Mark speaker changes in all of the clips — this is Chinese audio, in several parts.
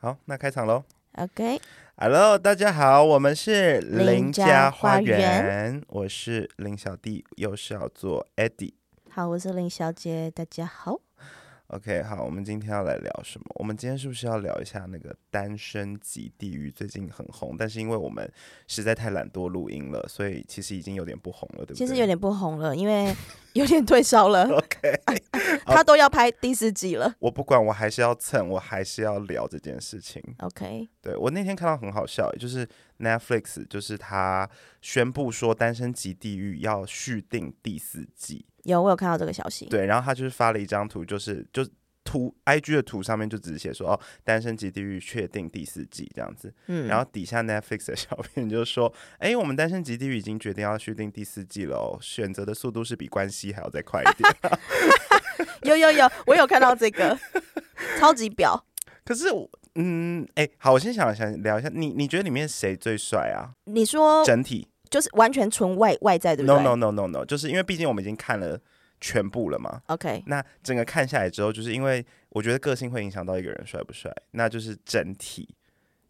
Speaker 1: 好，那开场喽。
Speaker 2: OK，
Speaker 1: Hello，大家好，我们是
Speaker 2: 邻家花园
Speaker 1: 园，我是林小弟，又叫做 Eddie。
Speaker 2: 好，我是林小姐，大家好。
Speaker 1: OK，好，我们今天要来聊什么？我们今天是不是要聊一下那个《单身即地狱》最近很红，但是因为我们实在太懒惰录音了，所以其实已经有点不红了，对不对？哦
Speaker 2: 其实有点不红了，因为 有点退烧了，
Speaker 1: OK，
Speaker 2: 他都要拍第四集了。
Speaker 1: 我不管，我还是要蹭，我还是要聊这件事情。
Speaker 2: OK，
Speaker 1: 对我那天看到很好笑，就是 Netflix 就是他宣布说《单身即地狱》要续订第四季，
Speaker 2: 有我有看到这个消息。
Speaker 1: 对，然后他就是发了一张图，就是就图 IG 的图上面就只写说哦，《单身即地狱》确定第四季这样子，
Speaker 2: 嗯，
Speaker 1: 然后底下 Netflix 的小编就说，哎，我们《单身即地狱》已经决定要续订第四季了哦，选择的速度是比关系还要再快一点。
Speaker 2: 有有 有，我有看到这个超级表。
Speaker 1: 可是我，嗯，哎，好，我先想想聊一下，你你觉得里面谁最帅啊？
Speaker 2: 你说
Speaker 1: 整体
Speaker 2: 就是完全纯外外在，对不
Speaker 1: No
Speaker 2: 对
Speaker 1: no no no no，就是因为毕竟我们已经看了全部了嘛。
Speaker 2: OK，
Speaker 1: 那整个看下来之后，就是因为我觉得个性会影响到一个人帅不帅，那就是整体。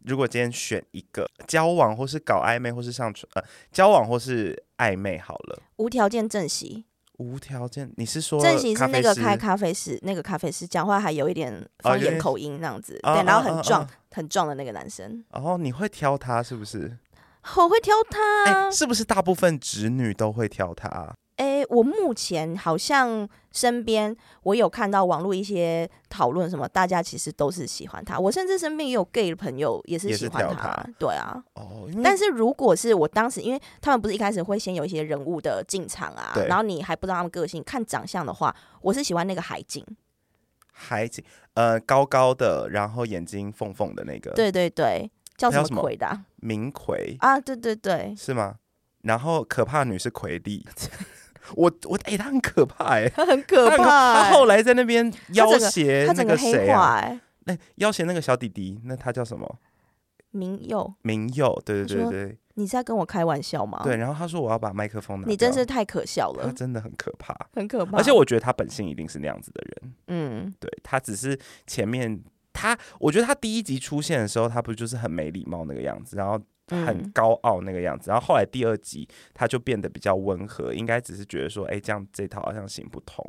Speaker 1: 如果今天选一个交往或是搞暧昧或是上床，呃，交往或是暧昧好了，
Speaker 2: 无条件正席，
Speaker 1: 无条件，你是说呃
Speaker 2: 正席是
Speaker 1: 咖
Speaker 2: 那
Speaker 1: 啡
Speaker 2: 个
Speaker 1: 师哦
Speaker 2: 开咖啡师，那个咖啡师讲话还有一点方
Speaker 1: 有
Speaker 2: 言
Speaker 1: 点
Speaker 2: 口音那样子，
Speaker 1: 哦
Speaker 2: 对，然后
Speaker 1: 哦哦
Speaker 2: 很壮
Speaker 1: 哦
Speaker 2: 很壮的那个男生，
Speaker 1: 哦，你会挑他是不是？
Speaker 2: 我会挑
Speaker 1: 哎、
Speaker 2: 他。
Speaker 1: 是不是大部分直女都会挑他啊？
Speaker 2: 诶，我目前好像身边我有看到网络一些讨论，什么大家其实都是喜欢他。我甚至身边也有 gay 的朋友也是
Speaker 1: 也
Speaker 2: 喜
Speaker 1: 是
Speaker 2: 欢
Speaker 1: 挑
Speaker 2: 他
Speaker 1: 他，
Speaker 2: 对啊。
Speaker 1: 哦，因为
Speaker 2: 但是如果是我当时，因为他们不是一开始会先有一些人物的进场啊
Speaker 1: 对，
Speaker 2: 然后你还不知道他们个性，看长相的话，我是喜欢那个海景，
Speaker 1: 海景，呃，高高的，然后眼睛缝缝的那个，，
Speaker 2: 对对对，叫
Speaker 1: 他叫
Speaker 2: 什么
Speaker 1: 什么
Speaker 2: 葵的啊
Speaker 1: 明奎
Speaker 2: 啊？对对对，
Speaker 1: 是吗？然后可怕女是奎丽， 我我哎、她很可怕哎、
Speaker 2: 他很可
Speaker 1: 她很
Speaker 2: 怕、
Speaker 1: 她
Speaker 2: 欸
Speaker 1: 后来在那边要挟那
Speaker 2: 他整个
Speaker 1: 个
Speaker 2: 黑
Speaker 1: 谁
Speaker 2: 化
Speaker 1: 啊？
Speaker 2: 哎、
Speaker 1: 那、要挟那个小弟弟，那他叫什么？
Speaker 2: 明佑，
Speaker 1: 明佑，对对对
Speaker 2: 她说
Speaker 1: 对
Speaker 2: 你在跟我开玩笑吗？
Speaker 1: 对。，然后他说我要把麦克风拿掉，
Speaker 2: 你真是太可笑
Speaker 1: 他
Speaker 2: 了，
Speaker 1: 真的很可怕，
Speaker 2: 很可怕。
Speaker 1: 而且我觉得他本性一定是那样子的人，
Speaker 2: 嗯，
Speaker 1: 对他只是前面他，我觉得他第一集出现的时候，他不就是很没礼貌那个样子，然后很
Speaker 2: 嗯
Speaker 1: 高傲那个样子。然后后来第二集他就变得比较温和，应该只是觉得说，哎、这样这套好像行不通。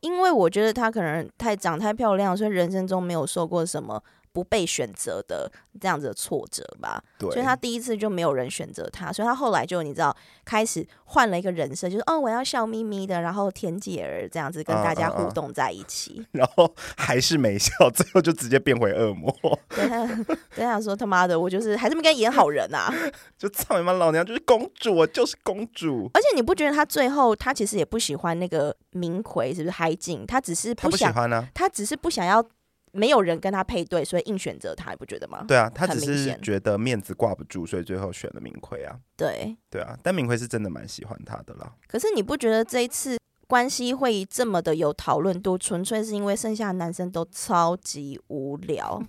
Speaker 2: 因为我觉得她可能太长太漂亮，所以人生中没有受过什么不被选择的这样子的挫折吧，
Speaker 1: 对，
Speaker 2: 所以她第一次就没有人选择她，所以她后来就你知道开始换了一个人设，就是哦我要笑眯眯的，然后甜姐儿这样子跟
Speaker 1: 嗯
Speaker 2: 大家
Speaker 1: 嗯嗯
Speaker 2: 互动在一起。
Speaker 1: 然后还是没笑，最后就直接变回恶魔，
Speaker 2: 对她，对她说他妈的，我就是还是没跟她演好 人啊！
Speaker 1: 就操你妈，老娘就是公主，我就是公主。
Speaker 2: 而且你不觉得她最后她其实也不喜欢那个明奎是不是海景，她只是
Speaker 1: 他
Speaker 2: 不
Speaker 1: 不喜
Speaker 2: 想
Speaker 1: 欢啊呢、
Speaker 2: 他只是不想要没有人跟他配对，所以硬选择他，你不觉得吗？
Speaker 1: 对啊，他只
Speaker 2: 很明
Speaker 1: 是
Speaker 2: 显
Speaker 1: 觉得面子挂不住，所以最后选了明奎啊。
Speaker 2: 对
Speaker 1: 对啊，但明奎是真的蛮喜欢他的啦。
Speaker 2: 可是你不觉得这一次关系会议这么的有讨论度，纯粹是因为剩下的男生都超级无 聊？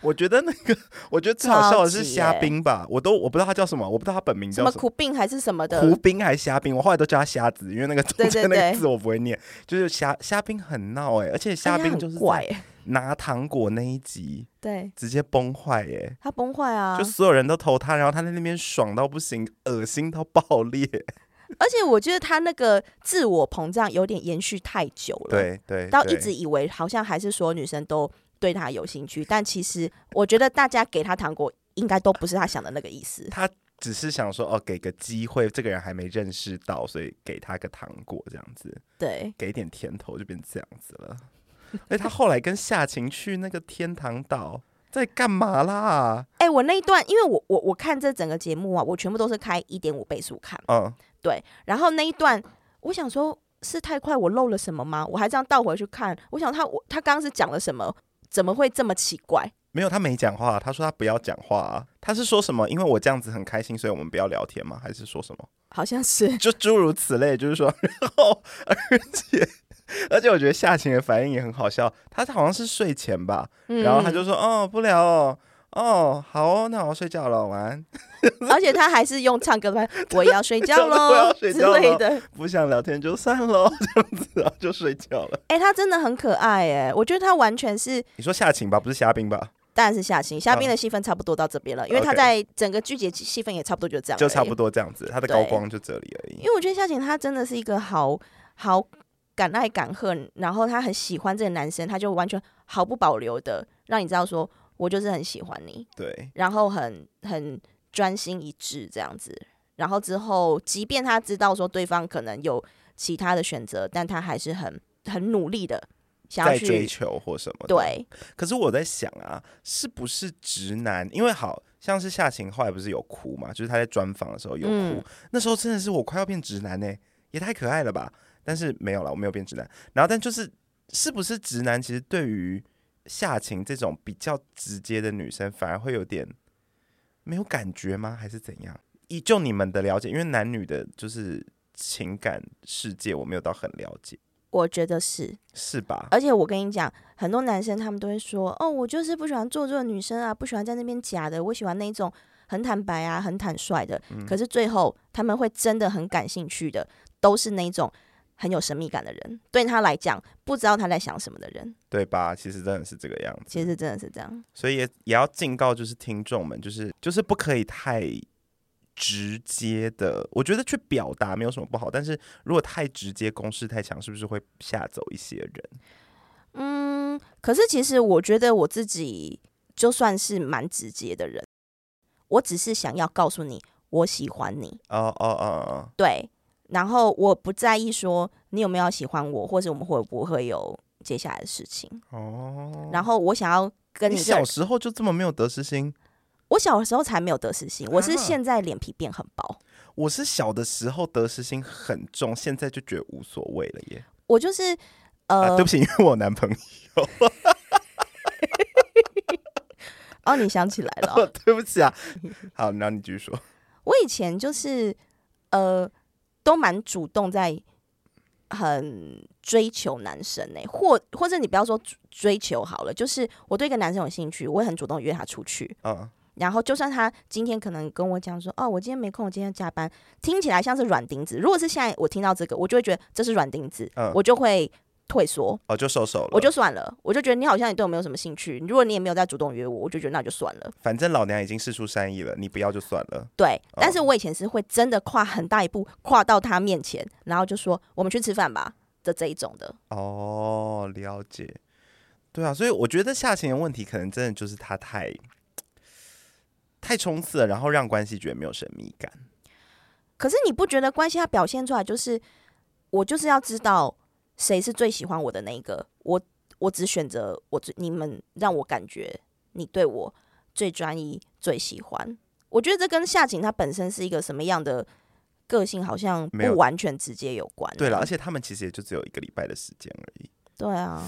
Speaker 1: 我觉得那个，我觉得最好笑的是
Speaker 2: 超级耶欸
Speaker 1: 虾兵吧，我都我不知道他叫什么，我不知道他本名
Speaker 2: 什
Speaker 1: 叫
Speaker 2: 么
Speaker 1: 什么。
Speaker 2: 苦病还是什么
Speaker 1: 胡
Speaker 2: 的？
Speaker 1: 兵还是虾兵，我后来都叫他虾子，因为那个中间
Speaker 2: 对对对
Speaker 1: 那个字我不会念，就是虾虾兵很闹哎、而且虾
Speaker 2: 大家
Speaker 1: 兵
Speaker 2: 很
Speaker 1: 就是
Speaker 2: 怪
Speaker 1: 在
Speaker 2: 欸、
Speaker 1: 拿糖果那一集
Speaker 2: 对
Speaker 1: 直接崩坏哎、
Speaker 2: 他崩坏啊
Speaker 1: 就！所有人都投他，然后他在那边爽到不行，恶心到爆裂。
Speaker 2: 而且我觉得他那个自我膨胀有点延续太久了，，
Speaker 1: 对对，
Speaker 2: 到
Speaker 1: 对
Speaker 2: 一直以为好像还是所有女生都对他有兴趣，但其实我觉得大家给他糖果应该都不是他想的那个意思。
Speaker 1: 只是想说哦，给个机会，这个人还没认识到，所以给他个糖果这样子，
Speaker 2: 对，
Speaker 1: 给点甜头就变这样子了。哎，他后来跟夏晴去那个天堂岛，在干嘛啦？
Speaker 2: 哎、我那一段，因为我我我看这整个节目啊，我全部都是开一点五倍速看，
Speaker 1: 嗯，
Speaker 2: 然后那一段，我想说，是太快，我漏了什么吗？我还这样倒回去看，我想他我他刚刚是讲了什么？怎么会这么奇怪？
Speaker 1: 没有，他没讲话，他说他不要讲话、啊。他是说什么？因为我这样子很开心，所以我们不要聊天吗？还是说什么？
Speaker 2: 好像是
Speaker 1: 就诸如此类，就是说，然后而且而且我觉得夏晴的反应也很好笑，她好像是睡前吧，
Speaker 2: 嗯，
Speaker 1: 然后她就说哦不聊哦。哦，好哦，那我睡觉了，晚安。
Speaker 2: 而且他还是用唱歌的，我要睡 觉
Speaker 1: 啊我要
Speaker 2: 喽
Speaker 1: 睡
Speaker 2: 之
Speaker 1: 觉咯
Speaker 2: 类的。
Speaker 1: 不想聊天就散喽，这样子，然后就睡觉了。
Speaker 2: 哎、他真的很可爱哎、我觉得他完全是
Speaker 1: 你说夏晴吧，不是虾兵吧？
Speaker 2: 当然是夏青。夏冰的戏份差不多到这边了，因为他
Speaker 1: 嗯 OK
Speaker 2: 在整个剧集的戏份也差不多就这样，
Speaker 1: 就差不。多这样子，他的高光就这里而
Speaker 2: 因
Speaker 1: 已。
Speaker 2: 为我觉得夏晴她真的是一个好好敢爱敢恨，然后她很喜欢这个男生，她就完全毫不保留的让你知道说，我就是很喜欢你，
Speaker 1: 对，
Speaker 2: 然后很很专心一致这样子。然后之后，即便她知道说对方可能有其他的选择，但她还是很很努力的想要
Speaker 1: 在追
Speaker 2: 去
Speaker 1: 求或什么的。
Speaker 2: 对
Speaker 1: 可是我在想啊，是不是直男？因为好像是夏晴后来不是有哭嘛，就是她在专访的时候有哭，
Speaker 2: 嗯
Speaker 1: 那时候真的是我快要变直男呢、也太可爱了吧！但是没有了，我没有变直男。然后但就是是不是直男，其实对于夏晴这种比较直接的女生，反而会有点没有感觉吗？还是怎样？以就你们的了解，因为男女的就是情感世界，我没有到很了解，
Speaker 2: 我觉得是
Speaker 1: 是吧？
Speaker 2: 而且我跟你讲，很多男生他们都会说：“哦，我就是不喜欢做作的女生啊，不喜欢在那边假的，我喜欢那种很坦白啊、很坦率的。可是最后他们会真的很感兴趣的，都是那种很有神秘感的人。对他来讲，不知道他在想什么的人，
Speaker 1: 对吧？其实真的是这个样子。
Speaker 2: 其实真的是这样。
Speaker 1: 所以也也要警告，就是听众们，就是就是不可以太直接的。我觉得去表达没有什么不好，但是如果太直接、攻势太强，是不是会吓走一些人？
Speaker 2: 嗯，可是其实我觉得我自己就算是蛮直接的人，我只是想要告诉你，我喜欢你。
Speaker 1: 哦哦哦哦，
Speaker 2: 对，然后我不在意说你有没有喜欢我，或者我们会不会有接下来的事情。
Speaker 1: 哦，
Speaker 2: 然后我想要跟
Speaker 1: 你
Speaker 2: 你这个
Speaker 1: 小时候就这么没有得失心？
Speaker 2: 我小时候才没有得失心，我是
Speaker 1: 啊
Speaker 2: 现在脸皮变很薄。
Speaker 1: 我是小的时候得失心很重，现在就觉得无所谓了耶。
Speaker 2: 我就是呃、
Speaker 1: 啊，对不起，因为我有男朋友，，
Speaker 2: 哦，你想起来了哦
Speaker 1: 对不起啊。好，那你继续说。
Speaker 2: 我以前就是呃都蛮主动在很追求男生呢、或或者你不要说追追求好了，就是我对一个男生有兴趣，我会很主动约他出去，
Speaker 1: 嗯，
Speaker 2: 然后就算他今天可能跟我讲说，哦，我今天没空，我今天要加班，听起来像是软钉子。如果是现在我听到这个，我就会觉得这是软钉子，
Speaker 1: 嗯
Speaker 2: 我就会退缩，
Speaker 1: 哦，就收手了。
Speaker 2: 我就算了，我就觉得你好像也对我没有什么兴趣。如果你也没有再主动约我，我就觉得那就算了。
Speaker 1: 反正老娘已经事出善意了，你不要就算了。
Speaker 2: 对，
Speaker 1: 哦
Speaker 2: 但是我以前是会真的跨很大一步，跨到他面前，然后就说我们去吃饭吧的这一种的。
Speaker 1: 哦，了解。对啊，所以我觉得夏晴的问题可能真的就是他太太冲刺了，然后让关系觉得没有神秘感。
Speaker 2: 可是你不觉得关系它表现出来就是，我就是要知道谁是最喜欢我的那一个，我我只选择我最你们让我感觉你对我最专一、最喜欢。我觉得这跟夏晴她本身是一个什么样的个性，好像
Speaker 1: 没有
Speaker 2: 不完全直接有关。啊
Speaker 1: 对了，而且他们其实也就只有一个礼拜的时间而已，
Speaker 2: 对啊，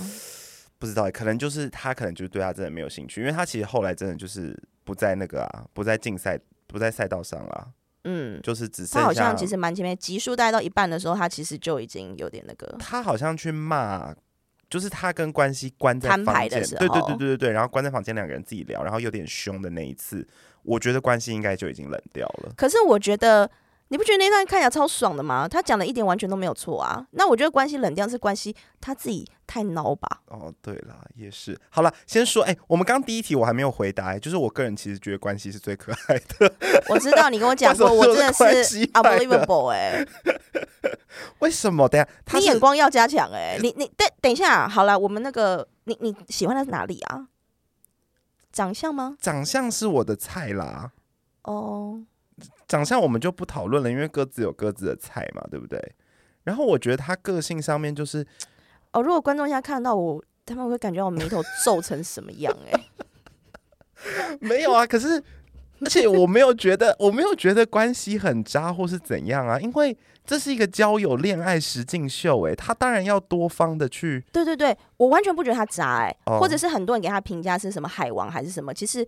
Speaker 1: 不知道欸可能就是他可能就是对他真的没有兴趣，因为他其实后来真的就是不在那个啊，不在竞赛，不在赛道上啦，
Speaker 2: 嗯，
Speaker 1: 就是只剩
Speaker 2: 她好
Speaker 1: 下
Speaker 2: 像其实蛮前面，集数大概到一半的时候，她其实就已经有点那个，
Speaker 1: 他好像去骂，就是他跟关系关在
Speaker 2: 摊
Speaker 1: 房
Speaker 2: 牌的
Speaker 1: 间，
Speaker 2: 时
Speaker 1: 对对对
Speaker 2: 候
Speaker 1: 对对对，然后关在房间两个人自己聊，然后有点凶的那一次，我觉得关系应该就已经冷掉了。
Speaker 2: 可是我觉得，你不觉得那段看起来超爽的吗？他讲的一点完全都没有错啊。那我觉得关系冷掉是关系他自己太孬吧。
Speaker 1: 哦，对啦，也是。好了，先说，哎、我们刚第一题我还没有回答、哎，就是我个人其实觉得关系是最可爱的。
Speaker 2: 我知道你跟我讲过，
Speaker 1: 为
Speaker 2: 我
Speaker 1: 什么
Speaker 2: 真的
Speaker 1: 说是关
Speaker 2: 是
Speaker 1: 系
Speaker 2: unbelievable 哎、
Speaker 1: 为什么？等一下，他
Speaker 2: 你眼
Speaker 1: 是
Speaker 2: 光要加强哎、你你等等一下，啊好了，我们那个你你喜欢的是哪里啊？长相吗？
Speaker 1: 长相是我的菜啦，
Speaker 2: 哦、
Speaker 1: 长相我们就不讨论了，因为各自有各自的菜嘛，对不对？然后我觉得他个性上面就是
Speaker 2: 哦，如果观众现在看到我，他们会感觉到我眉头皱成什么样哎、
Speaker 1: 没有啊，可是而且我没有觉得， 我没有觉得关系很渣或是怎样啊，因为这是一个交友恋爱实境秀、欸，他当然要多方的去
Speaker 2: 对对对，我完全不觉得他渣哎、
Speaker 1: 哦
Speaker 2: 或者是很多人给他评价是什么海王还是什么，其实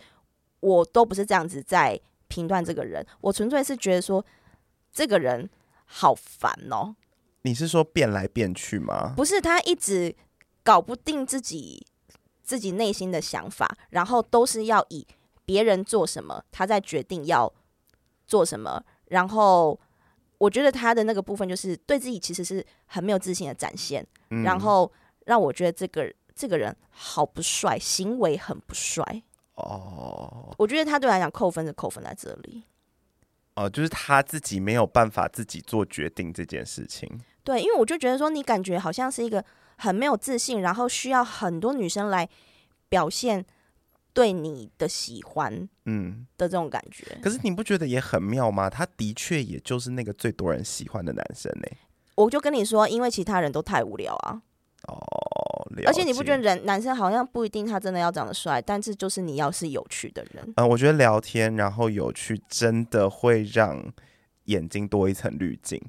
Speaker 2: 我都不是这样子在评断这个人，我纯粹是觉得说这个人好烦哦、
Speaker 1: 你是说变来变去吗？
Speaker 2: 不是他一直搞不定自己自己内心的想法，然后都是要以别人做什么，他在决定要做什么，然后。我觉得他的那个部分就是对自己其实是很没有自信的展现，
Speaker 1: 嗯
Speaker 2: 然后让我觉得这个这个人好不帅，行为很不帅。
Speaker 1: 哦
Speaker 2: 我觉得他对我来讲扣分是扣分在这里。
Speaker 1: 哦，就是他自己没有办法自己做决定这件事情。
Speaker 2: 对，因为我就觉得说，你感觉好像是一个很没有自信，然后需要很多女生来表现对你的喜欢
Speaker 1: 嗯，
Speaker 2: 的这种感觉。
Speaker 1: 可是你不觉得也很妙吗？他的确也就是那个最多人喜欢的男生欸呢、
Speaker 2: 我就跟你说，因为其他人都太无聊啊，
Speaker 1: 哦，了
Speaker 2: 而且你不
Speaker 1: 解
Speaker 2: 觉得人男生好像不一定他真的要长得帅，但是就是你要是有趣的人。
Speaker 1: 呃，我觉得聊天然后有趣，真的会让眼睛多一层滤镜，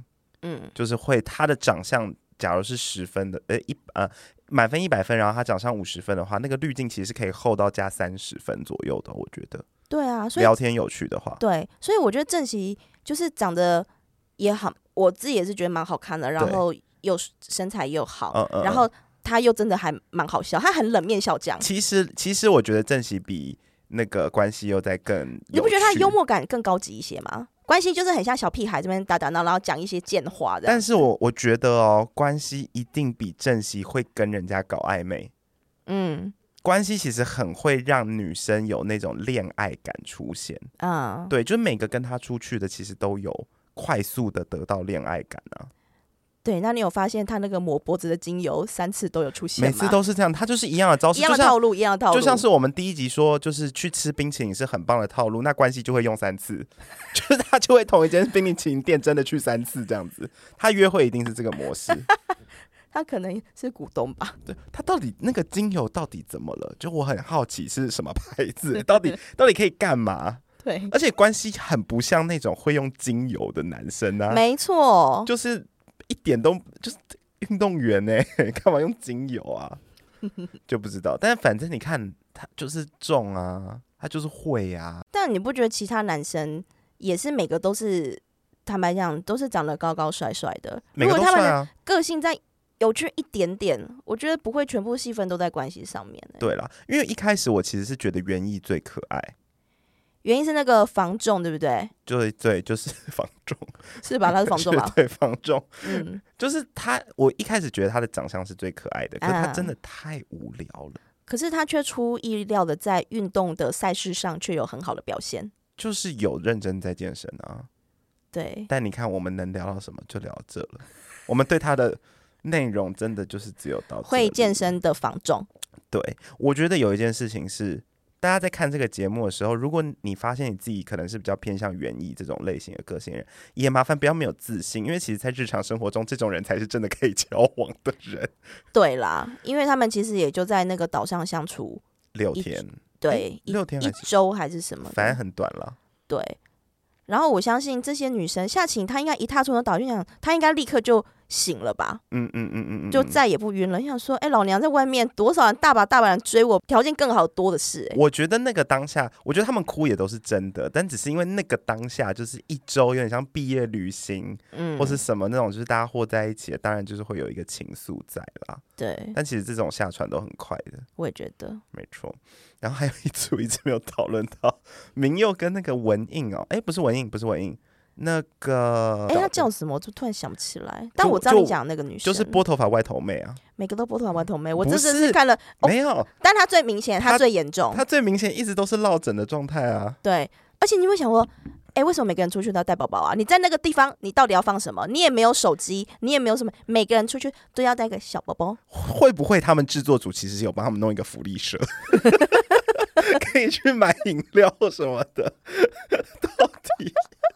Speaker 2: 嗯，
Speaker 1: 就是会他的长相，假如是十分的，呃一呃满分一百分，然后他长相五十分的话，那个滤镜其实是可以厚到加三十分左右的。我觉得
Speaker 2: 对啊，所以
Speaker 1: 聊天有趣的话，
Speaker 2: 对，所以我觉得郑熙就是长得也好，我自己也是觉得蛮好看的，然
Speaker 1: 对
Speaker 2: 后又身材又好，
Speaker 1: 嗯嗯
Speaker 2: 然
Speaker 1: 嗯
Speaker 2: 后他又真的还蛮好笑，他很冷面笑匠，
Speaker 1: 其实其实我觉得郑熙比那个关系又在更，
Speaker 2: 你不觉得他幽？默感更高级一些吗？关系就是很像小屁孩这边打打闹闹，讲一些贱话的。
Speaker 1: 但是我我觉得哦，关系一定比郑熙会跟人家搞暧昧。
Speaker 2: 嗯
Speaker 1: 关系其实很会让女生有那种恋爱感出现，
Speaker 2: 啊，
Speaker 1: 对，就是每个跟他出去的其实都有快速的得到恋爱感啊，
Speaker 2: 对，那你有发现他那个抹脖子的精油三次都有出现吗？
Speaker 1: 每次都是这样，他就是一样的招
Speaker 2: 一
Speaker 1: 式，
Speaker 2: 样
Speaker 1: 就
Speaker 2: 的
Speaker 1: 像
Speaker 2: 套路，一样的套路，
Speaker 1: 就像是我们第一集说，就是去吃冰淇淋是很棒的套路，那关系就会用三次， 就是他就会同一间冰淇淋店真的去三次这样子，他约会一定是这个模 式。
Speaker 2: 他可能是股东吧？
Speaker 1: 对他到底那个精油到底怎么了？就我很好奇是什么牌 子，到底到底可以干嘛？
Speaker 2: 对，
Speaker 1: 而且关系很不像那种会用精油的男生 啊，
Speaker 2: 没错，
Speaker 1: 就是一点都就是运动员呢、 干嘛用精油 啊？就不知道，但反正你看他就是重啊，他就是会啊，
Speaker 2: 但你不觉得其他男生也是每个都是，坦白讲都是长得高高帅帅的？
Speaker 1: 每个
Speaker 2: 如
Speaker 1: 都
Speaker 2: 果他
Speaker 1: 帅
Speaker 2: 们的
Speaker 1: 啊。
Speaker 2: 个性再有趣一点点，我觉得不会全部戏份都在关系上面、欸。，
Speaker 1: 对啦，因为一开始我其实是觉得园艺最可爱，
Speaker 2: 原因是那个房仲，对不对？
Speaker 1: 就是对，就是 房仲，
Speaker 2: 是吧？他哦是房 仲啊吧
Speaker 1: 是？对房仲，
Speaker 2: 嗯，
Speaker 1: 就是他。我一开始觉得他的长相是最可爱的，可是他
Speaker 2: 嗯
Speaker 1: 真的太无聊了。
Speaker 2: 可是他却出乎意料的在运动的赛事上却有很好的表现。
Speaker 1: 就是有认真在健身啊，
Speaker 2: 对，
Speaker 1: 但你看，我们能聊到什么就聊到这了。我们对它的内容真的就是只有到这
Speaker 2: 会健
Speaker 1: 里。
Speaker 2: 身的房仲，
Speaker 1: 对，我觉得有一件事情是，大家在看这个节目的时候，如果你发现你自己可能是比较偏向园艺这种类型的个性人，也麻烦不要没有自信，因为其实，在日常生活中，这种人才是真的可以交往的人。
Speaker 2: 对啦，因为他们其实也就在那个岛上相处，
Speaker 1: 六
Speaker 2: 一
Speaker 1: 天，
Speaker 2: 对，一
Speaker 1: 六天
Speaker 2: 一
Speaker 1: 还是
Speaker 2: 周还是什么的，
Speaker 1: 反正很短了。
Speaker 2: 对。然后我相信这些女生，夏晴她应该一踏出那岛就想，她应该立刻就醒了吧，
Speaker 1: 嗯嗯嗯嗯嗯，
Speaker 2: 就
Speaker 1: 嗯
Speaker 2: 再也不晕了。你想说，哎、老娘在外面多少人大把大把人追我，条件更好多的是、哎
Speaker 1: 我觉得那个当下，我觉得他们哭也都是真的，但只是因为那个当下就是一周，有点像毕业旅行
Speaker 2: 嗯，
Speaker 1: 或是什么那种，就是大家和在一起的，当然就是会有一个情愫在啦。
Speaker 2: 对，
Speaker 1: 但其实这种下船都很快的，
Speaker 2: 我也觉得，
Speaker 1: 没错。然后还有一组一直没有讨论到明佑跟那个文印哦，哎，不是文印，不是文印，那个
Speaker 2: 哎、她叫什么？我就突然想不起来，但我知道
Speaker 1: 就
Speaker 2: 你讲的那个女
Speaker 1: 就
Speaker 2: 生，
Speaker 1: 是拨头发外头妹啊，
Speaker 2: 每个都波头丸头妹，我
Speaker 1: 不
Speaker 2: 真的
Speaker 1: 是
Speaker 2: 是看了，哦
Speaker 1: 没有，
Speaker 2: 但她最明显，她
Speaker 1: 她
Speaker 2: 最严重，
Speaker 1: 她最明显一直都是落枕的状态啊。
Speaker 2: 对，而且你会想说，哎，为什么每个人出去都要带包包啊？你在那个地方，你到底要放什么？你也没有手机，你也没有什么，每个人出去都要带个小包包。
Speaker 1: 会不会他们制作组其实有帮他们弄一个福利社， 可以去买饮料什么的？ 到底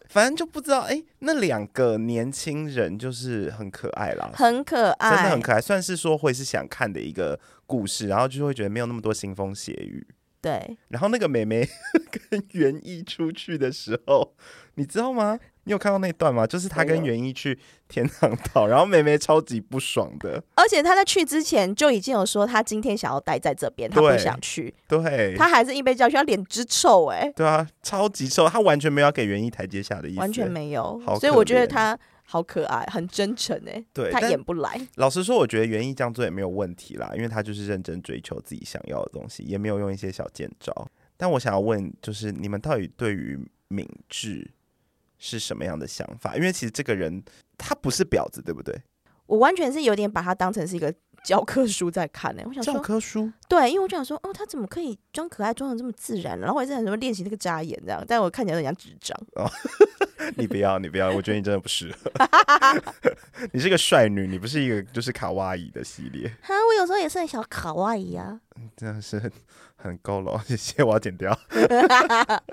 Speaker 1: 反正就不知道。哎、那两个年轻人就是很可爱啦，
Speaker 2: 很可
Speaker 1: 真的
Speaker 2: 爱，
Speaker 1: 很可爱，算是说会是想看的一个故事，然后就会觉得没有那么多腥风血雨。
Speaker 2: 对，
Speaker 1: 然后那个妹妹跟袁一出去的时候，你知道吗？你有看到那段吗？就是她跟
Speaker 2: 没有
Speaker 1: 袁一去天堂岛，然后妹妹超级不爽的，
Speaker 2: 而且他在去之前就已经有说他今天想要待在这边，他不
Speaker 1: 对
Speaker 2: 想去，
Speaker 1: 对，
Speaker 2: 他还是一被教训，他脸之臭哎、
Speaker 1: 对啊，超级臭，他完全没有要给园艺台阶下的意思，
Speaker 2: 完全。没有
Speaker 1: 好，
Speaker 2: 所以
Speaker 1: 可
Speaker 2: 我觉得
Speaker 1: 怜
Speaker 2: 他好可爱，很真诚哎、
Speaker 1: 对，
Speaker 2: 他
Speaker 1: 但
Speaker 2: 演不来，
Speaker 1: 老实说，我觉得园艺这样做也没有问题啦，因为他就是认真追求自己想要的东西，也没有用一些小贱招。但我想要问，就是你们到底对于敏智是什么样的想法？因为其实这个人他不是婊子，对不对？
Speaker 2: 我完全是有点把他当成是一个教科书在看欸呢、我想
Speaker 1: 教
Speaker 2: 说，
Speaker 1: 科书
Speaker 2: 对，因为我就想说，哦，他怎么可以装可爱装的这么自然？然后我也在想说练习那个眨眼这样，但我看起来有点像智障。
Speaker 1: 啊你不 要，你不要，我觉得你真的不适合。你是个帅女，你不是一个就是卡哇伊的系列，
Speaker 2: 哈，我有时候也是很小卡哇伊啊。
Speaker 1: 真的是很很够了。谢谢，我要剪 掉。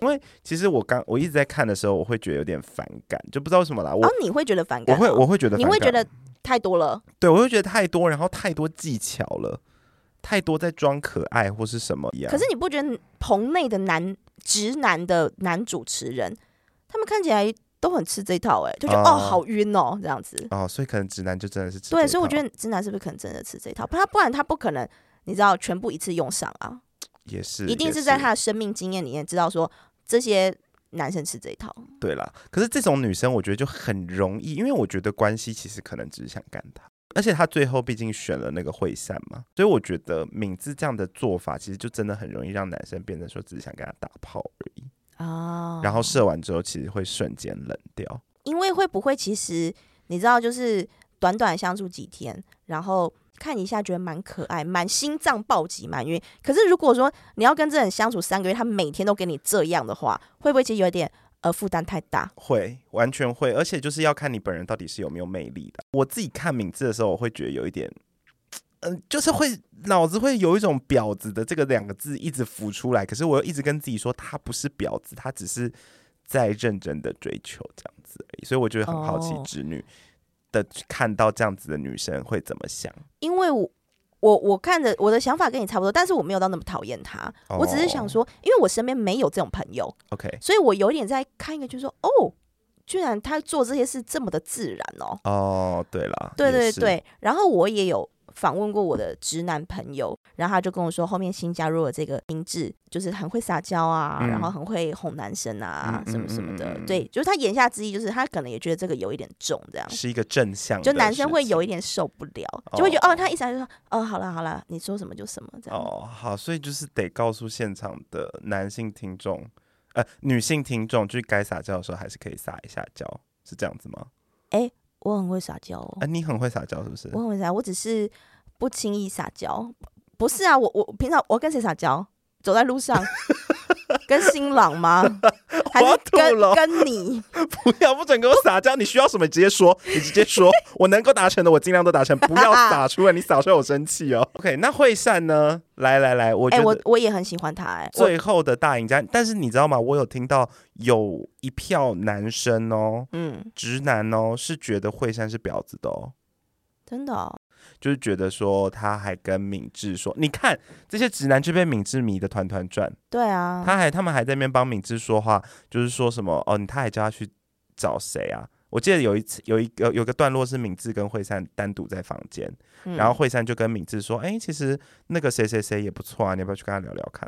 Speaker 1: 因为其实我刚我一直在看的时候，我会觉得有点反感，就不知道为什么啦。我、
Speaker 2: 然后你会觉得反
Speaker 1: 我
Speaker 2: 感哦、
Speaker 1: 会我会觉得
Speaker 2: 你
Speaker 1: 反
Speaker 2: 会觉
Speaker 1: 感
Speaker 2: 得太多了。
Speaker 1: 对我会觉得太多，然后太多技巧了，太多在装可爱或是什么一样。
Speaker 2: 可是你不觉得棚内的男直男的男主持人，他们看起来都很吃这一套、欸，哎，就觉得、
Speaker 1: 哦
Speaker 2: 哦好晕哦这样子。
Speaker 1: 哦，所以可能直男就真的是直
Speaker 2: 对，所以我觉
Speaker 1: 得
Speaker 2: 得直男是不是可能真的吃这一套？不然不然他不可能，你知道全部一次用上啊，
Speaker 1: 也是，
Speaker 2: 一定
Speaker 1: 也
Speaker 2: 是在他的生命经验里面知道说这些男生吃这一套。
Speaker 1: 对啦，可是这种女生，我觉得就很容易，因为我觉得关系其实可能只是想干她，而且她最后毕竟选了那个惠善嘛，所以我觉得敏智这样的做法，其实就真的很容易让男生变成说只是想跟她打炮而已，
Speaker 2: 哦
Speaker 1: 然后射完之后其实会瞬间冷掉。
Speaker 2: 因为会不会其实你知道，就是短短相处几天，然后看一下觉得蛮可爱，蛮心脏暴击，蛮晕。可是如果说你要跟这人相处三个月，他每天都给你这样的话，会不会其实有点呃负担太大？
Speaker 1: 会，完全会，而且就是要看你本人到底是有没有魅力的。我自己看敏智的时候，我会觉得有一点，嗯、就是会脑子会有一种“婊子”的这个两个字一直浮出来，可是我又一直跟自己说，她不是婊子，她只是在认真的追求这样子而已。所以我觉得很好奇
Speaker 2: 哦，
Speaker 1: 直女的看到这样子的女生会怎么想。
Speaker 2: 因为我我我看着我的想法跟你差不多，但是我没有到那么讨厌他，我只是想
Speaker 1: 哦
Speaker 2: 说，因为我身边没有这种朋友，
Speaker 1: ，OK，
Speaker 2: 所以我有点在看一个，就是说哦，居然他做这些事这么的自然哦。
Speaker 1: 哦，对了，
Speaker 2: 对
Speaker 1: 也
Speaker 2: 对
Speaker 1: 是，
Speaker 2: 对，然后我也有访问过我的直男朋友，然后他就跟我说，后面新加入了这个明智，就是很会撒娇啊，
Speaker 1: 嗯
Speaker 2: 然后很会哄男生啊，
Speaker 1: 嗯
Speaker 2: 什么什么的
Speaker 1: 嗯嗯嗯。嗯
Speaker 2: 对，就是他言下之意就是他可能也觉得这个有一点重，这样。
Speaker 1: 是一个正向的事
Speaker 2: 就
Speaker 1: 情，
Speaker 2: 男生会有一点受不了，就会觉得
Speaker 1: 哦
Speaker 2: 哦，他一上来就说哦，好了好了，你说什么就什么这样。
Speaker 1: 哦，好，所以就是得告诉现场的男性听众，呃，女性听众，就是该撒娇的时候还是可以撒一下娇，是这样子吗？
Speaker 2: 我很会撒娇哦
Speaker 1: 啊、，你很会撒娇是不是？
Speaker 2: 我很会撒，我只是不轻易撒娇。不是啊，我我平常我跟谁撒娇？走在路上， 跟新郎吗？还
Speaker 1: 我要
Speaker 2: 是
Speaker 1: 吐了
Speaker 2: 跟跟你？
Speaker 1: 不要不准给我撒娇，你需要什么你直接说，你直接说，我能够达成的我尽量都达成，不要撒出来，你撒出来我生气哦。OK，那惠善呢？来来来，我
Speaker 2: 哎、
Speaker 1: 觉
Speaker 2: 我
Speaker 1: 得
Speaker 2: 我也很喜欢他、哎，我
Speaker 1: 最后的大赢家，但是你知道吗？我有听到有一票男生哦，
Speaker 2: 嗯，
Speaker 1: 直男哦，是觉得惠善是婊子的哦。
Speaker 2: 真的哦、
Speaker 1: 就是觉得说他还跟敏智说，你看这些直男就被敏智迷得团团转，
Speaker 2: 对啊，
Speaker 1: 他还他们还在那边帮敏智说话，就是说什么哦，你他还叫他去找谁啊？我记得有一次有一个有个段落是敏智跟惠善单独在房间，
Speaker 2: 嗯
Speaker 1: 然后惠善就跟敏智说，哎、其实那个谁谁谁也不错啊，你要不要去跟他聊聊看？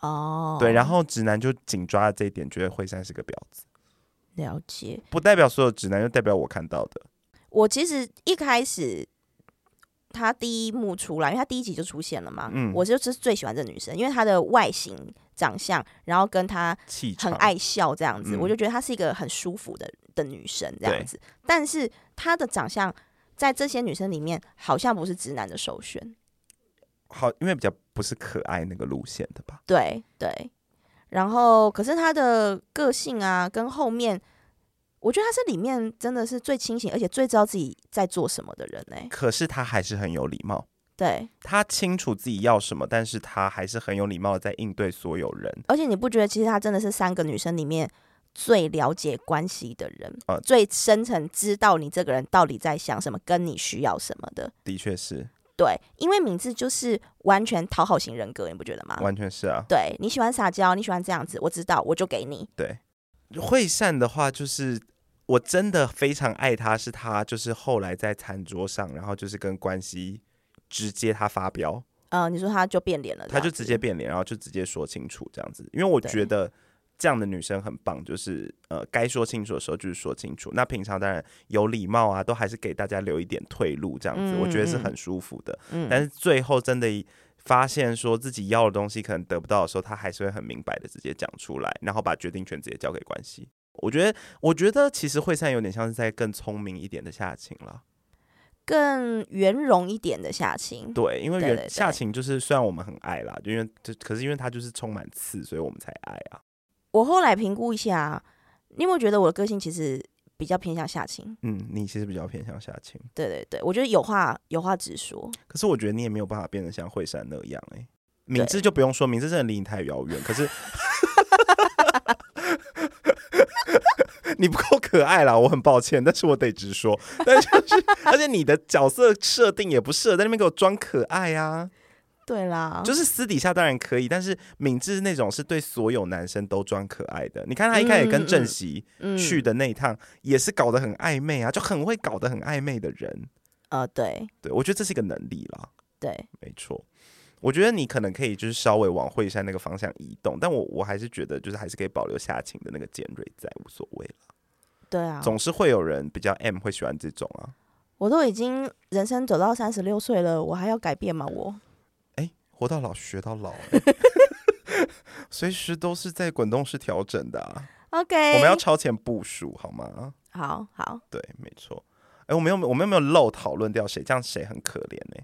Speaker 2: 哦，
Speaker 1: 对，然后直男就紧抓着这一点，觉得惠善是个婊子，
Speaker 2: 了解。
Speaker 1: 不代表所有直男，就代表我看到的。
Speaker 2: 我其实一开始他第一幕出来，因为他第一集就出现了嘛，
Speaker 1: 嗯
Speaker 2: 我就是最喜欢这女生，因为她的外形、长相，然后跟她
Speaker 1: 气场
Speaker 2: 很爱笑这样子，
Speaker 1: 嗯
Speaker 2: 我就觉得她是一个很舒服的的女生这
Speaker 1: 对
Speaker 2: 样子。但是她的长相在这些女生里面好像不是直男的首选，
Speaker 1: 好，因为比较不是可爱那个路线的吧。
Speaker 2: 对对。然后，可是她的个性啊，跟后面，我觉得她是里面真的是最清醒，而且最知道自己在做什么的人呢、
Speaker 1: 可是他还是很有礼貌，
Speaker 2: 对，
Speaker 1: 他清楚自己要什么，但是他还是很有礼貌的在应对所有人。
Speaker 2: 而且你不觉得其实她真的是三个女生里面最了解关系的人，
Speaker 1: 呃
Speaker 2: 最深层知道你这个人到底在想什么，跟你需要什么的。
Speaker 1: 的确是，
Speaker 2: 对，因为敏智就是完全讨好型人格，你不觉得吗？
Speaker 1: 完全是啊。
Speaker 2: 对，你喜欢撒娇，你喜欢这样子，我知道，我就给你。
Speaker 1: 惠善的话，就是我真的非常爱他，是他就是后来在餐桌上，然后就是跟关系直接他发飙，
Speaker 2: 呃，你说他就变脸了，
Speaker 1: 他就
Speaker 2: 这样子
Speaker 1: 直接变脸，然后就直接说清楚这样子。因为我
Speaker 2: 对
Speaker 1: 觉得这样的女生很棒，就是呃该说清楚的时候就是说清楚。那平常当然有礼貌啊，都还是给大家留一点退路这样子，
Speaker 2: 嗯
Speaker 1: 我觉得是
Speaker 2: 嗯
Speaker 1: 很舒服的。
Speaker 2: 嗯
Speaker 1: 但是最后真的发现说自己要的东西可能得不到的时候，他还是会很明白的直接讲出来，然后把决定权直接交给关系。我觉得，我觉得其实惠善有点像是在更聪明一点的夏晴了。
Speaker 2: 更圆融一点的下情。
Speaker 1: 对，因为
Speaker 2: 嗯对
Speaker 1: 原
Speaker 2: 对
Speaker 1: 夏
Speaker 2: 对
Speaker 1: 晴就是虽然我们很爱啦，就因为这可是因为她就是充满刺，所以我们才爱啊。
Speaker 2: 我后来评估一下，你有没有觉得我的个性其实比较偏向下情？
Speaker 1: 嗯，你其实比较偏向夏晴，
Speaker 2: 对对对，我觉得有话有话直说。
Speaker 1: 可是我觉得你也没有办法变得像惠山那样哎、敏
Speaker 2: 对
Speaker 1: 智就不用说，敏智真的离你太遥远。可是 你不够可爱啦，我很抱歉，但是我得直说。 但就是，而且你的角色设定也不适合在那边给我装可爱啊。
Speaker 2: 对啦，
Speaker 1: 就是私底下当然可以，但是敏智那种是对所有男生都装可爱的。你看他一开始跟郑熙
Speaker 2: 嗯
Speaker 1: 去的那一趟，也是搞得很暧昧啊，就很会搞得很暧昧的人。
Speaker 2: 呃，对
Speaker 1: 对我觉得这是一个能力啦，
Speaker 2: 对，
Speaker 1: 没错。我觉得你可能可以就是稍微往惠山那个方向移动，但我我还是觉得就是还是可以保留夏晴的那个尖锐在，无所谓了。
Speaker 2: 对啊，
Speaker 1: 总是会有人比较 M 会喜欢这种啊，
Speaker 2: 我都已经人生走到三十六岁了，我还要改变吗？我
Speaker 1: 哎、活到老学到老、欸 随时都是在滚动式调整的、啊。
Speaker 2: OK，
Speaker 1: 我们要超前部署，好吗？
Speaker 2: 好好，
Speaker 1: 对，没错。哎、我们有没有我们有没有漏讨论掉谁？这样谁很可怜呢、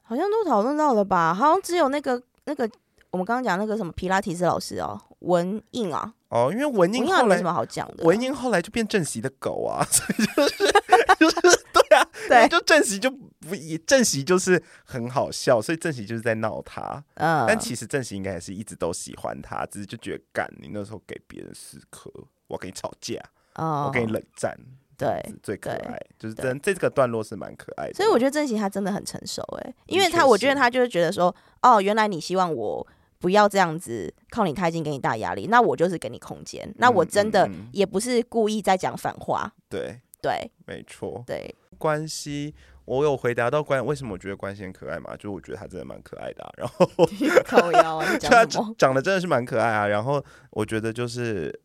Speaker 2: 好像都讨论到了吧？好像只有那个那个我们刚刚讲那个什么皮拉提斯老师哦，文印啊，
Speaker 1: 哦，因为文
Speaker 2: 文
Speaker 1: 英
Speaker 2: 印好像
Speaker 1: 后
Speaker 2: 没
Speaker 1: 来
Speaker 2: 什，么好讲的啊、
Speaker 1: 文英后来就变正席的狗啊， 所以就是就是对啊，因为
Speaker 2: 对，
Speaker 1: 就正席就不一正席就是很好笑，所以正席就是在闹他，
Speaker 2: 嗯，
Speaker 1: 但其实正席应该也是一直都喜欢他，只是就觉得干你那时候给别人死磕，我跟你吵架，
Speaker 2: 哦
Speaker 1: 我跟你冷战，这样
Speaker 2: 对
Speaker 1: 子最可
Speaker 2: 对
Speaker 1: 爱，就是
Speaker 2: 对
Speaker 1: 真这个段落是蛮可爱的，
Speaker 2: 所以我觉得郑熙他真的很成熟哎、因为
Speaker 1: 的确
Speaker 2: 他
Speaker 1: 是
Speaker 2: 我觉得他就是觉得说，哦，原来你希望我不要这样子靠你太近给你大压力，那我就是给你空间，那我真的
Speaker 1: 嗯嗯嗯
Speaker 2: 也不是故意在讲反话，
Speaker 1: 对，
Speaker 2: 对
Speaker 1: 没错。
Speaker 2: 对，
Speaker 1: 关系，我有回答到关为什么我觉得关系很可爱嘛？就是我觉得他真的蛮可爱的啊、 然后
Speaker 2: 靠腰啊，你
Speaker 1: 他
Speaker 2: 讲什么？
Speaker 1: 长得真的是蛮可爱啊。然后我觉得就是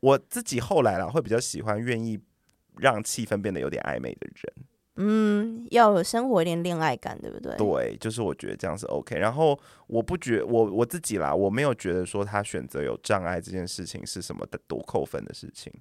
Speaker 1: 我自己后来啦，会比较喜欢愿意让气氛变得有点暧昧的人。
Speaker 2: 嗯，要有生活一点恋爱感，对不对？
Speaker 1: 对，就是我觉得这样是 OK。然后我不觉我我自己啦，我没有觉得说他选择有障碍这件事情是什么的多扣分的事情。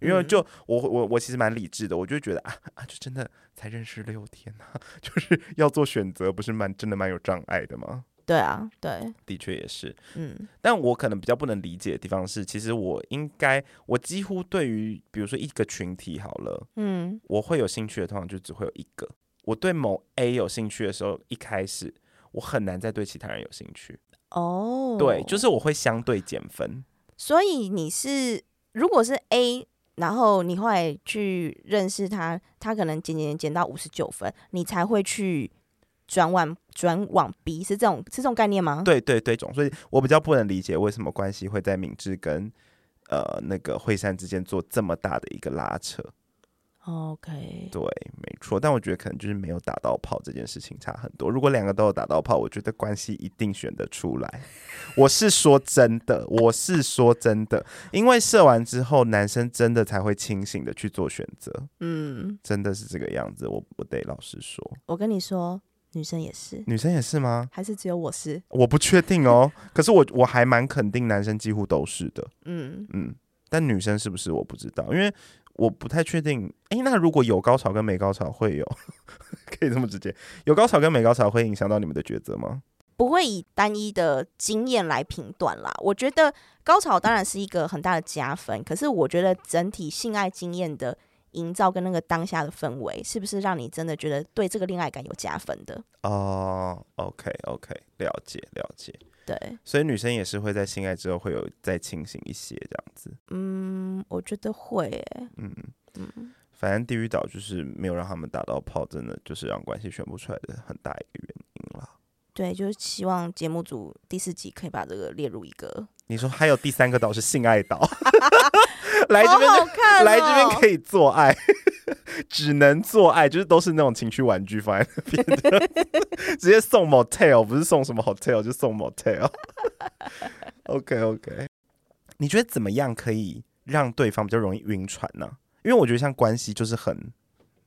Speaker 1: 因为
Speaker 2: 嗯
Speaker 1: 就我我我其实蛮理智的，我就觉得啊啊，就真的才认识六天啊， 就是要做选择，不是蛮真的蛮有障碍的吗？
Speaker 2: 对啊，对，
Speaker 1: 的确也是，
Speaker 2: 嗯
Speaker 1: 但我可能比较不能理解的地方是，其实我应该，我几乎对于比如说一个群体好了，
Speaker 2: 嗯
Speaker 1: 我会有兴趣的，通常就只会有一个。我对某 A 有兴趣的时候，一开始我很难再对其他人有兴趣，
Speaker 2: 哦，
Speaker 1: 对，就是我会相对减分。
Speaker 2: 所以你是如果是 A，然后你后来去认识他，他可能减减减减到五十九分，你才会去转往转往 B，是这种是这种概念吗？，
Speaker 1: 对对对，总所以我比较不能理解为什么关系会在敏智跟呃那个惠山之间做这么大的一个拉扯。
Speaker 2: OK，
Speaker 1: 对，没错，但我觉得可能就是没有打到炮这件事情差很多。如果两个都有打到炮，我觉得关系一定选得出来。我是说真的，我是说真的，因为射完之后，男生真的才会清醒的去做选择，
Speaker 2: 嗯，
Speaker 1: 真的是这个样子。我我得老实说，
Speaker 2: 我跟你说，女生也是，
Speaker 1: 女生也是吗？
Speaker 2: 还是只有我是，
Speaker 1: 我不确定哦，可是我我还蛮肯定，男生几乎都是的，
Speaker 2: 嗯，
Speaker 1: 嗯，但女生是不是我不知道，因为。我不太确定，诶，那如果有高潮跟没高潮会有， 可以这么直接，有高潮跟没高潮会影响到你们的抉择吗？
Speaker 2: 不会以单一的经验来评断啦。我觉得高潮当然是一个很大的加分，可是我觉得整体性爱经验的营造跟那个当下的氛围，是不是让你真的觉得对这个恋爱感有加分的？
Speaker 1: 哦、o k OK，了解了解，
Speaker 2: 对，
Speaker 1: 所以女生也是会在性爱之后会有再清醒一些这样子，
Speaker 2: 嗯，我觉得会耶、
Speaker 1: 嗯，
Speaker 2: 嗯，
Speaker 1: 反正地狱岛就是没有让他们打到炮，真的就是让关系选不出来的很大一个原因啦。
Speaker 2: 对，就是希望节目组第四集可以把这个列入一个，
Speaker 1: 你说还有第三个岛是性爱岛， 来这边
Speaker 2: 好
Speaker 1: 就
Speaker 2: 好看、哦，
Speaker 1: 来这边可以做爱，只能做爱，就是都是那种情趣玩具放在那边的，直 接送 motel，不是送什么 hotel，就送 motel。OK OK，你觉得怎么样可以让对方比较容易晕船呢、因为我觉得像关系就是很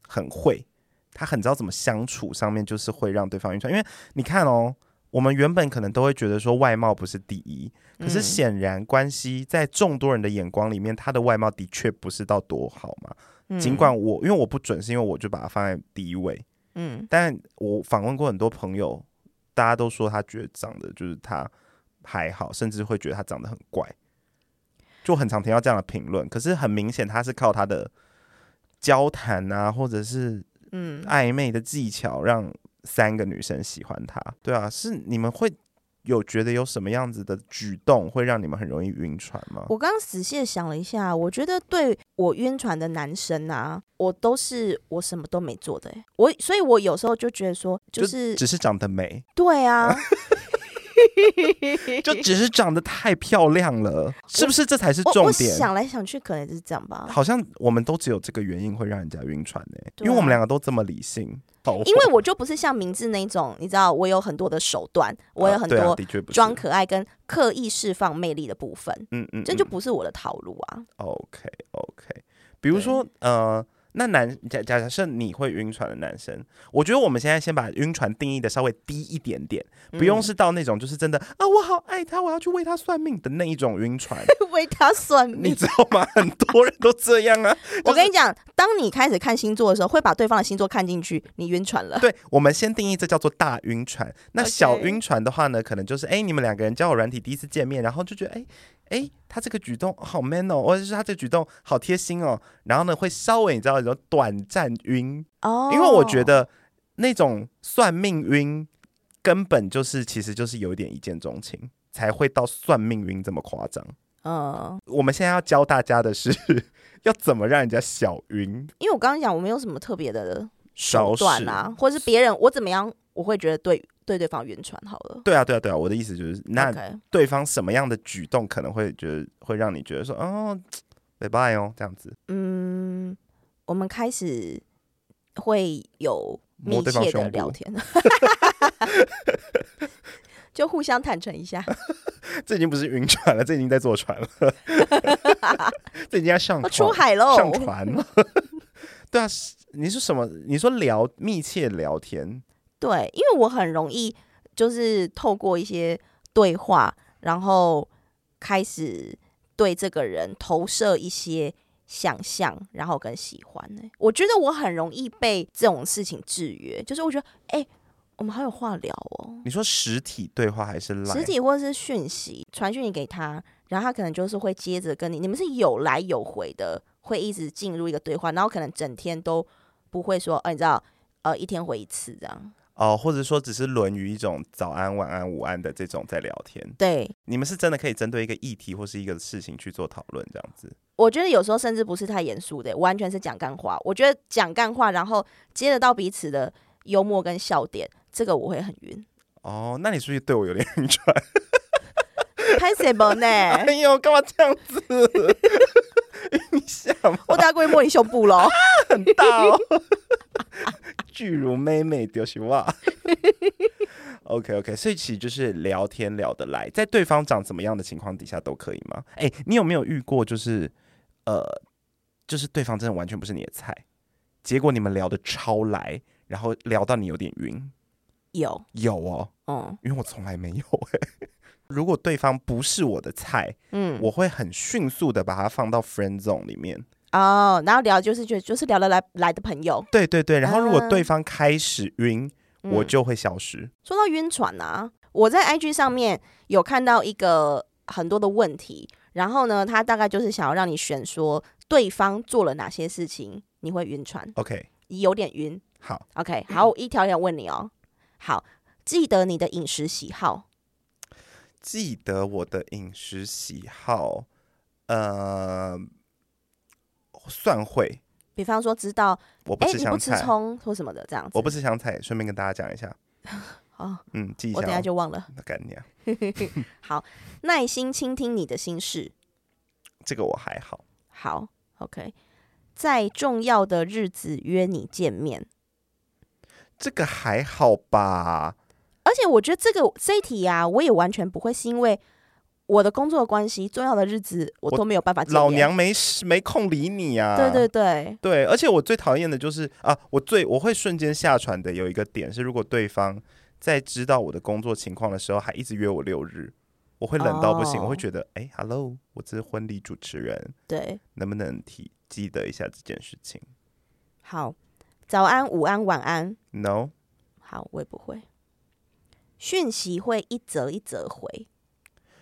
Speaker 1: 很会，他很知道怎么相处，上面就是会让对方晕船。因为你看哦，我们原本可能都会觉得说外貌不是第一，可是
Speaker 2: 嗯
Speaker 1: 显然关系在众多人的眼光里面，他的外貌的确不是到多好嘛。
Speaker 2: 嗯
Speaker 1: 尽管我因为我不准，是因为我就把它放在第一位，
Speaker 2: 嗯，
Speaker 1: 但我访问过很多朋友，大家都说他觉得长得就是他还好，甚至会觉得他长得很怪，就很常听到这样的评论。可是很明显，他是靠他的交谈啊，或者是
Speaker 2: 嗯，
Speaker 1: 暧昧的技巧，让三个女生喜欢他。对啊，是你们会有觉得有什么样子的举动会让你们很容易晕船吗？
Speaker 2: 我刚刚仔细地想了一下，我觉得对我晕船的男生啊，我都是我什么都没做的欸、我所以，我有时候就觉得说，就是
Speaker 1: 只是长得 美，
Speaker 2: 对 啊，
Speaker 1: 就只是长得太漂亮了，是不是？这才是
Speaker 2: 我
Speaker 1: 重
Speaker 2: 我
Speaker 1: 点。
Speaker 2: 想来想去，可能是这样吧。
Speaker 1: 好像我们都只有这个原因会让人家晕船呢、
Speaker 2: 啊对啊
Speaker 1: 因为我们两个都这么理性。好
Speaker 2: 因为我就不是像明志那种，你知道，我有很多的手段，我有很
Speaker 1: 啊对啊、
Speaker 2: 多
Speaker 1: 的确不是
Speaker 2: 装，可爱跟刻意释放魅力的部分，
Speaker 1: 嗯嗯，
Speaker 2: 这就
Speaker 1: 嗯
Speaker 2: 不是我的套路啊。
Speaker 1: OK OK。比如
Speaker 2: 对
Speaker 1: 说呃，那男假假假设你会晕船的男生，我觉得我们现在先把晕船定义的稍微低一点点，
Speaker 2: 嗯
Speaker 1: 不用是到那种就是真的啊，我好爱他，我要去为他算命的那一种晕 船，
Speaker 2: 嗯为他算
Speaker 1: 你
Speaker 2: 命。
Speaker 1: 知道吗？很多人都这样啊。
Speaker 2: 我跟你讲，当你开始看星座的时候，会把对方的星座看进去，你晕船了。
Speaker 1: 对，我们先定义这叫做大晕船。那
Speaker 2: OK
Speaker 1: 小晕船的话呢，可能就是哎、诶你们两个人交友软体第一次见面，然后就觉得哎哎、诶他这个举动好 man 哦，或者是他这个举动好贴心哦，然后呢会稍微你知道有种短暂晕，
Speaker 2: 哦，
Speaker 1: 因为我觉得那种算命晕根本就是其实就是有一点一见钟情，才会到算命晕这么夸张。
Speaker 2: 嗯，
Speaker 1: 我们现在要教大家的是要怎么让人家小晕，
Speaker 2: 因为我刚刚讲我没有什么特别的
Speaker 1: 手
Speaker 2: 手段啊，或是别人我怎么样，我会觉得对对对方晕船好了。
Speaker 1: 对啊，对啊，对啊，我的意思就是，那
Speaker 2: OK
Speaker 1: 对方什么样的举动可能会觉得会让你觉得说，哦，拜拜哦，这样子
Speaker 2: 嗯，我们开始会有密
Speaker 1: 摸对方
Speaker 2: 切的
Speaker 1: 胸部
Speaker 2: 聊天， 就互相坦诚一下。
Speaker 1: 这已经不是晕船了，这已经在坐船了， 这已经要上
Speaker 2: 我
Speaker 1: 船
Speaker 2: 哦出海喽！
Speaker 1: 上船了。 对啊，是你说什么？你说聊密切聊天，
Speaker 2: 对，因为我很容易就是透过一些对话，然后开始对这个人投射一些想象，然后跟喜欢、欸。我觉得我很容易被这种事情制约，就是我觉得，哎、我们好有话聊哦，
Speaker 1: 你说实体对话还是 l
Speaker 2: 实体或者是讯息传讯息给他，然后他可能就是会接着跟你，你们是有来有回的，会一直进入一个对话，然后可能整天都不会说，呃，你知道，呃，一天回一次这样。
Speaker 1: 哦，或者说只是沦于一种早安、晚安、午安的这种在聊天？
Speaker 2: 对，
Speaker 1: 你们是真的可以针对一个议题或是一个事情去做讨论这样子？
Speaker 2: 我觉得有时候甚至不是太严肃的，完全是讲干话。我觉得讲干话，然后接得到彼此的幽默跟笑点，这个我会很晕。
Speaker 1: 哦，那你是不是对我有点晕船？
Speaker 2: possible 呢？
Speaker 1: 哎呦，干嘛这样子？你下巴
Speaker 2: 我大概摸你胸部喽。
Speaker 1: 很大哦，巨乳妹妹丢西袜。OK OK，所以其实就是聊天聊得来，在对方长怎么样的情况底下都可以吗？哎、你有没有遇过就是呃，就是对方真的完全不是你的菜，结果你们聊得超来，然后聊到你有点晕？
Speaker 2: 有，
Speaker 1: 有哦，
Speaker 2: 嗯
Speaker 1: 因为我从来没有哎、如果对方不是我的菜，
Speaker 2: 嗯，
Speaker 1: 我会很迅速的把它放到 friend zone 里面。
Speaker 2: 哦，然后聊就是就就是聊得来来的朋友。
Speaker 1: 对对对，然后如果
Speaker 2: 啊
Speaker 1: 对方开始晕，
Speaker 2: 嗯
Speaker 1: 我就会消失。
Speaker 2: 说到晕船啊，我在 IG 上面有看到一个很多的问题，然后呢，他大概就是想要让你选说对方做了哪些事情你会晕船，
Speaker 1: OK，
Speaker 2: 有点晕。
Speaker 1: 好，
Speaker 2: OK，好，我一条一条问你哦。好，记得你的饮食喜好。
Speaker 1: 记得我的饮食喜好，呃，算会，
Speaker 2: 比方说，知道
Speaker 1: 我不
Speaker 2: 哎、
Speaker 1: 吃
Speaker 2: 你不
Speaker 1: 香
Speaker 2: 吃
Speaker 1: 菜，
Speaker 2: 葱或什么的这样子。
Speaker 1: 我不吃香菜。顺便跟大家讲一下，
Speaker 2: 哦，
Speaker 1: 嗯，记一下、
Speaker 2: 我
Speaker 1: 哦。
Speaker 2: 等一下就忘了。
Speaker 1: 干你啊，
Speaker 2: 好，耐心倾听你的心事。
Speaker 1: 这个我还好。
Speaker 2: 好，OK，在重要的日子约你见面。
Speaker 1: 这个还好吧？
Speaker 2: 而且我觉得这个这一题啊，我也完全不会，是因为我的工作关系，重要的日子我
Speaker 1: 我
Speaker 2: 都没有办法见面。
Speaker 1: 老娘没事没空理你啊！
Speaker 2: 对对对，
Speaker 1: 对，而且我最讨厌的就是啊，我最我会瞬间下船的有一个点是，如果对方在知道我的工作情况的时候，还一直约我六日，我会冷到不行，我
Speaker 2: 哦
Speaker 1: 会觉得，哎，hello，我这是婚礼主持人，
Speaker 2: 对，
Speaker 1: 能不能提记得一下这件事情？
Speaker 2: 好，早安、午安、晚安，
Speaker 1: No，
Speaker 2: 好，我也不会。讯息会一则一则回，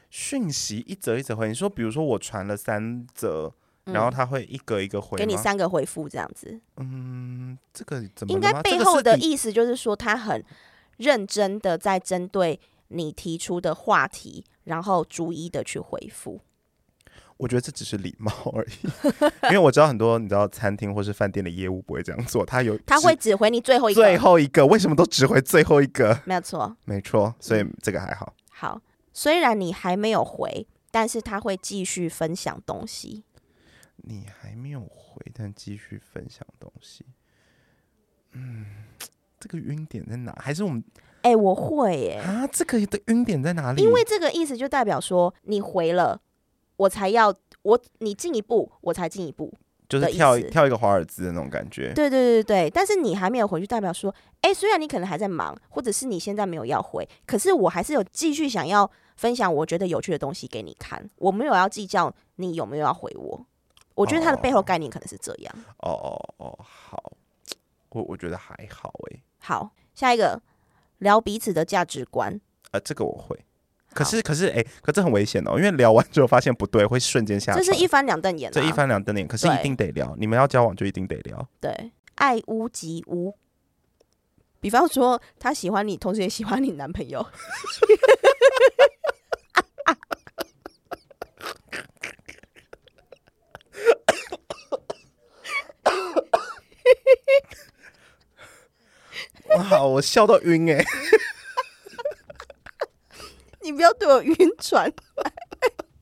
Speaker 1: 讯息一则一则回。你说，比如说我传了三则，
Speaker 2: 嗯
Speaker 1: 然后他会一个一个回吗
Speaker 2: 给你三个回复这样子。
Speaker 1: 嗯，这个怎么了
Speaker 2: 应该
Speaker 1: 吗
Speaker 2: 背后的，
Speaker 1: 这个是
Speaker 2: 意思就是说，他很认真的在针对你提出的话题，然后逐一的去回
Speaker 1: 你
Speaker 2: 复。
Speaker 1: 我觉得这只是礼貌而已， 因为我知道很多你知道餐厅或是饭店的业务不会这样做，他有
Speaker 2: 他会只回你最后一
Speaker 1: 只最
Speaker 2: 个，
Speaker 1: 后一个，为什么都只回最后一个？
Speaker 2: 没有错。
Speaker 1: 没错，所以这个还好。
Speaker 2: 好，虽然你还没有回，但是他会继续分享东西。
Speaker 1: 你还没有回，但继续分享东西。嗯，这个晕点在哪？还是我们
Speaker 2: 哎、我会耶、
Speaker 1: 啊？这个的晕点在哪里？
Speaker 2: 因为这个意思就代表说你回了，我才要我你进一步，我才进一步。
Speaker 1: 就是
Speaker 2: 的意
Speaker 1: 跳
Speaker 2: 思
Speaker 1: 跳一个华尔兹的那种感觉。
Speaker 2: 对对对对，但是你还没有回去，代表说，哎，虽然你可能还在忙，或者是你现在没有要回，可是我还是有继续想要分享我觉得有趣的东西给你看，我没有要计较你有没有要回我。我觉得它的背后
Speaker 1: 哦
Speaker 2: 概念可能是这样。
Speaker 1: 哦哦哦，好，我我觉得还好欸诶、
Speaker 2: 好，下一个聊彼此的价值观。
Speaker 1: 啊、这个我会。可是可是诶、欸可这很危险哦，因为聊完之后发现不对，会瞬间下
Speaker 2: 这是
Speaker 1: 船
Speaker 2: 一翻两瞪眼、啊，
Speaker 1: 这一翻两瞪眼，可是一
Speaker 2: 对
Speaker 1: 定得聊，你们要交往就一定得聊。
Speaker 2: 对爱屋及乌。比方说，他喜欢你，同时也喜欢你男朋友。
Speaker 1: 哇，我笑到晕欸诶、
Speaker 2: 你不要对我晕 船。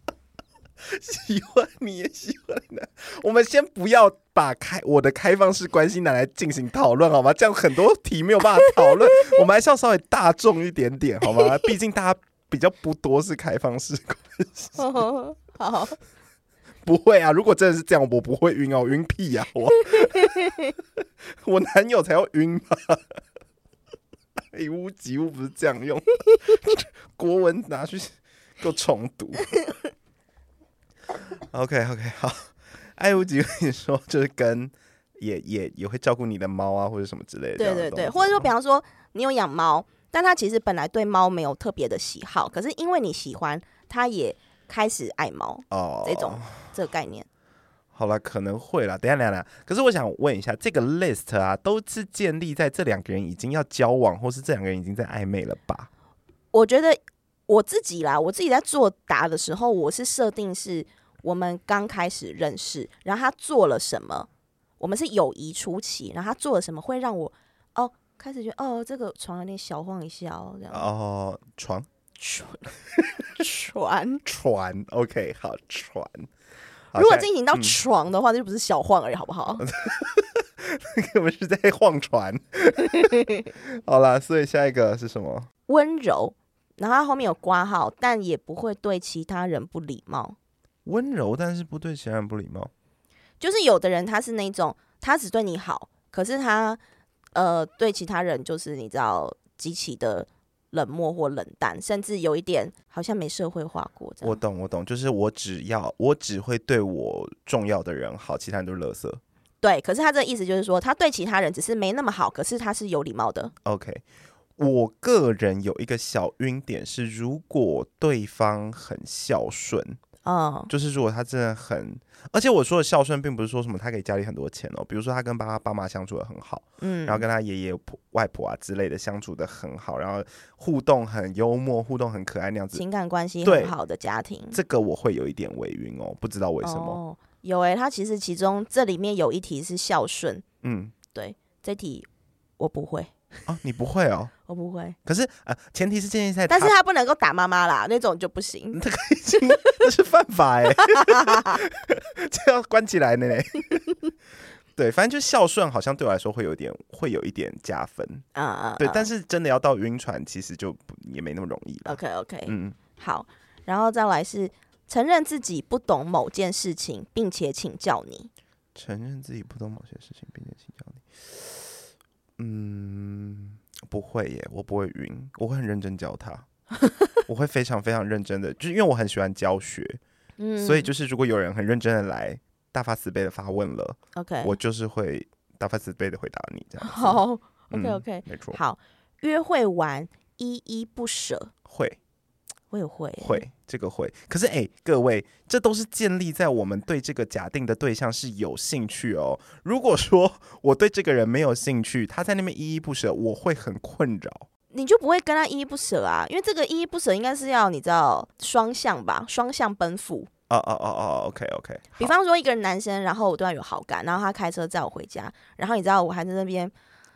Speaker 1: 喜欢你也喜欢的。我们先不要把开我的开放式关系拿来进行讨论好吗？这样很多题没有办法讨论，我们还是要稍微大众一点点好吗？毕竟大家比较不多是开放式关系。
Speaker 2: 好，
Speaker 1: 不会啊，如果真的是这样，我不会晕啊，我晕屁啊， 我我男友才要晕吧？爱屋及乌不是这样用，国文拿去给我重读。OK OK，好，爱屋及乌，你说就是跟也也也会照顾你的猫啊，或者什么之类的这
Speaker 2: 对
Speaker 1: 样的
Speaker 2: 对
Speaker 1: 东西吗。
Speaker 2: 对，或者说，比方说你有养猫，但他其实本来对猫没有特别的喜好，可是因为你喜欢，他也开始爱猫
Speaker 1: 哦
Speaker 2: 这种、这个概念。
Speaker 1: 好了，可能会啦。等一下，等一下，等一下可是我想问一下，这个 list 啊，都是建立在这两个人已经要交往，或是这两个人已经在暧昧了吧？
Speaker 2: 我觉得我自己啦，我自己在作答的时候，我是设定是我们刚开始认识，然后他做了什么，我们是友谊初期，然后他做了什么会让我哦开始觉得哦这个床有点小晃一下哦这样。
Speaker 1: 哦，床
Speaker 2: 船船，
Speaker 1: 船，OK，好船。好嗯
Speaker 2: 如果
Speaker 1: 下一
Speaker 2: 进行到床的话，那就不是小晃而已，好不好？
Speaker 1: 个 我们是在晃 船，好啦，所以下一个是什么？
Speaker 2: 温柔，然后它后面有挂号，但也不会对其他人不礼貌。
Speaker 1: 温柔，但是不对其他人不礼貌。
Speaker 2: 就是有的人他是那种，他只对你好，可是他呃对其他人就是你知道极其的冷漠或冷淡，甚至有一点好像没社会化过这
Speaker 1: 我
Speaker 2: 样。
Speaker 1: 懂，我懂，就是我只要我只会对我重要的人好，其他人都是垃圾。
Speaker 2: 对，可是他这个意思就是说，他对其他人只是没那么好，可是他是有礼貌的。
Speaker 1: OK，我个人有一个小晕点是，如果对方很孝顺，
Speaker 2: 嗯，
Speaker 1: 就是如果他真的很，而且我说的孝顺，并不是说什么他给家里很多钱哦，比如说他跟爸爸妈相处的很好，
Speaker 2: 嗯，
Speaker 1: 然后跟他爷爷、婆外婆啊之类的相处的很好，然后互动很幽默，互动很可爱那样子，
Speaker 2: 情感关系
Speaker 1: 对
Speaker 2: 很好的家庭，
Speaker 1: 这个我会有一点微晕哦，不知道为什么，
Speaker 2: 哦、有诶、他其实其中这里面有一题是孝顺，
Speaker 1: 嗯，
Speaker 2: 这题我不会，
Speaker 1: 啊，你不会哦。
Speaker 2: 我不会。
Speaker 1: 可是啊，前提是建立在他，嗯
Speaker 2: 但是他不能够打妈妈啦，那种就不行。
Speaker 1: 这个已经这 是犯法哎、这要关起来的嘞。 对，反正就孝顺，好像对我来说会有点，会有一点加分。
Speaker 2: 啊啊，
Speaker 1: 对，但
Speaker 2: 是
Speaker 1: 是真的要到晕船，其实就不也没那么容易了。
Speaker 2: OK OK，、
Speaker 1: 嗯，
Speaker 2: 好，然后再来是承认自己不懂某件事情，并且请教你。
Speaker 1: 承认自己不懂某些事情，并且请教你。嗯，不会耶，我不会晕，我会很认真教 他，我会非常非常认真的，就是因为我很喜欢教学，
Speaker 2: 嗯
Speaker 1: 所以就是如果有人很认真的来大发慈悲的发问了，
Speaker 2: OK，
Speaker 1: 我就是会打发死背的回答你这样子。
Speaker 2: 好
Speaker 1: 嗯
Speaker 2: ，OK OK，
Speaker 1: 没错，
Speaker 2: 好，约会完依依不舍，
Speaker 1: 会
Speaker 2: 我也会欸，
Speaker 1: 会这个会。可是哎、各位，这都是建立在我们对这个假定的对象是有兴趣哦。如果说我对这个人没有兴趣，他在那边依依不舍，我会很困扰。
Speaker 2: 你就不会跟他依依不舍啊？因为这个依依不舍应该是要你知道双向吧，双向奔赴。
Speaker 1: 哦哦哦哦，OK OK，
Speaker 2: 比方说一个男生，然后我对他有好感，然后他开车载我回家，然后你知道我还在那边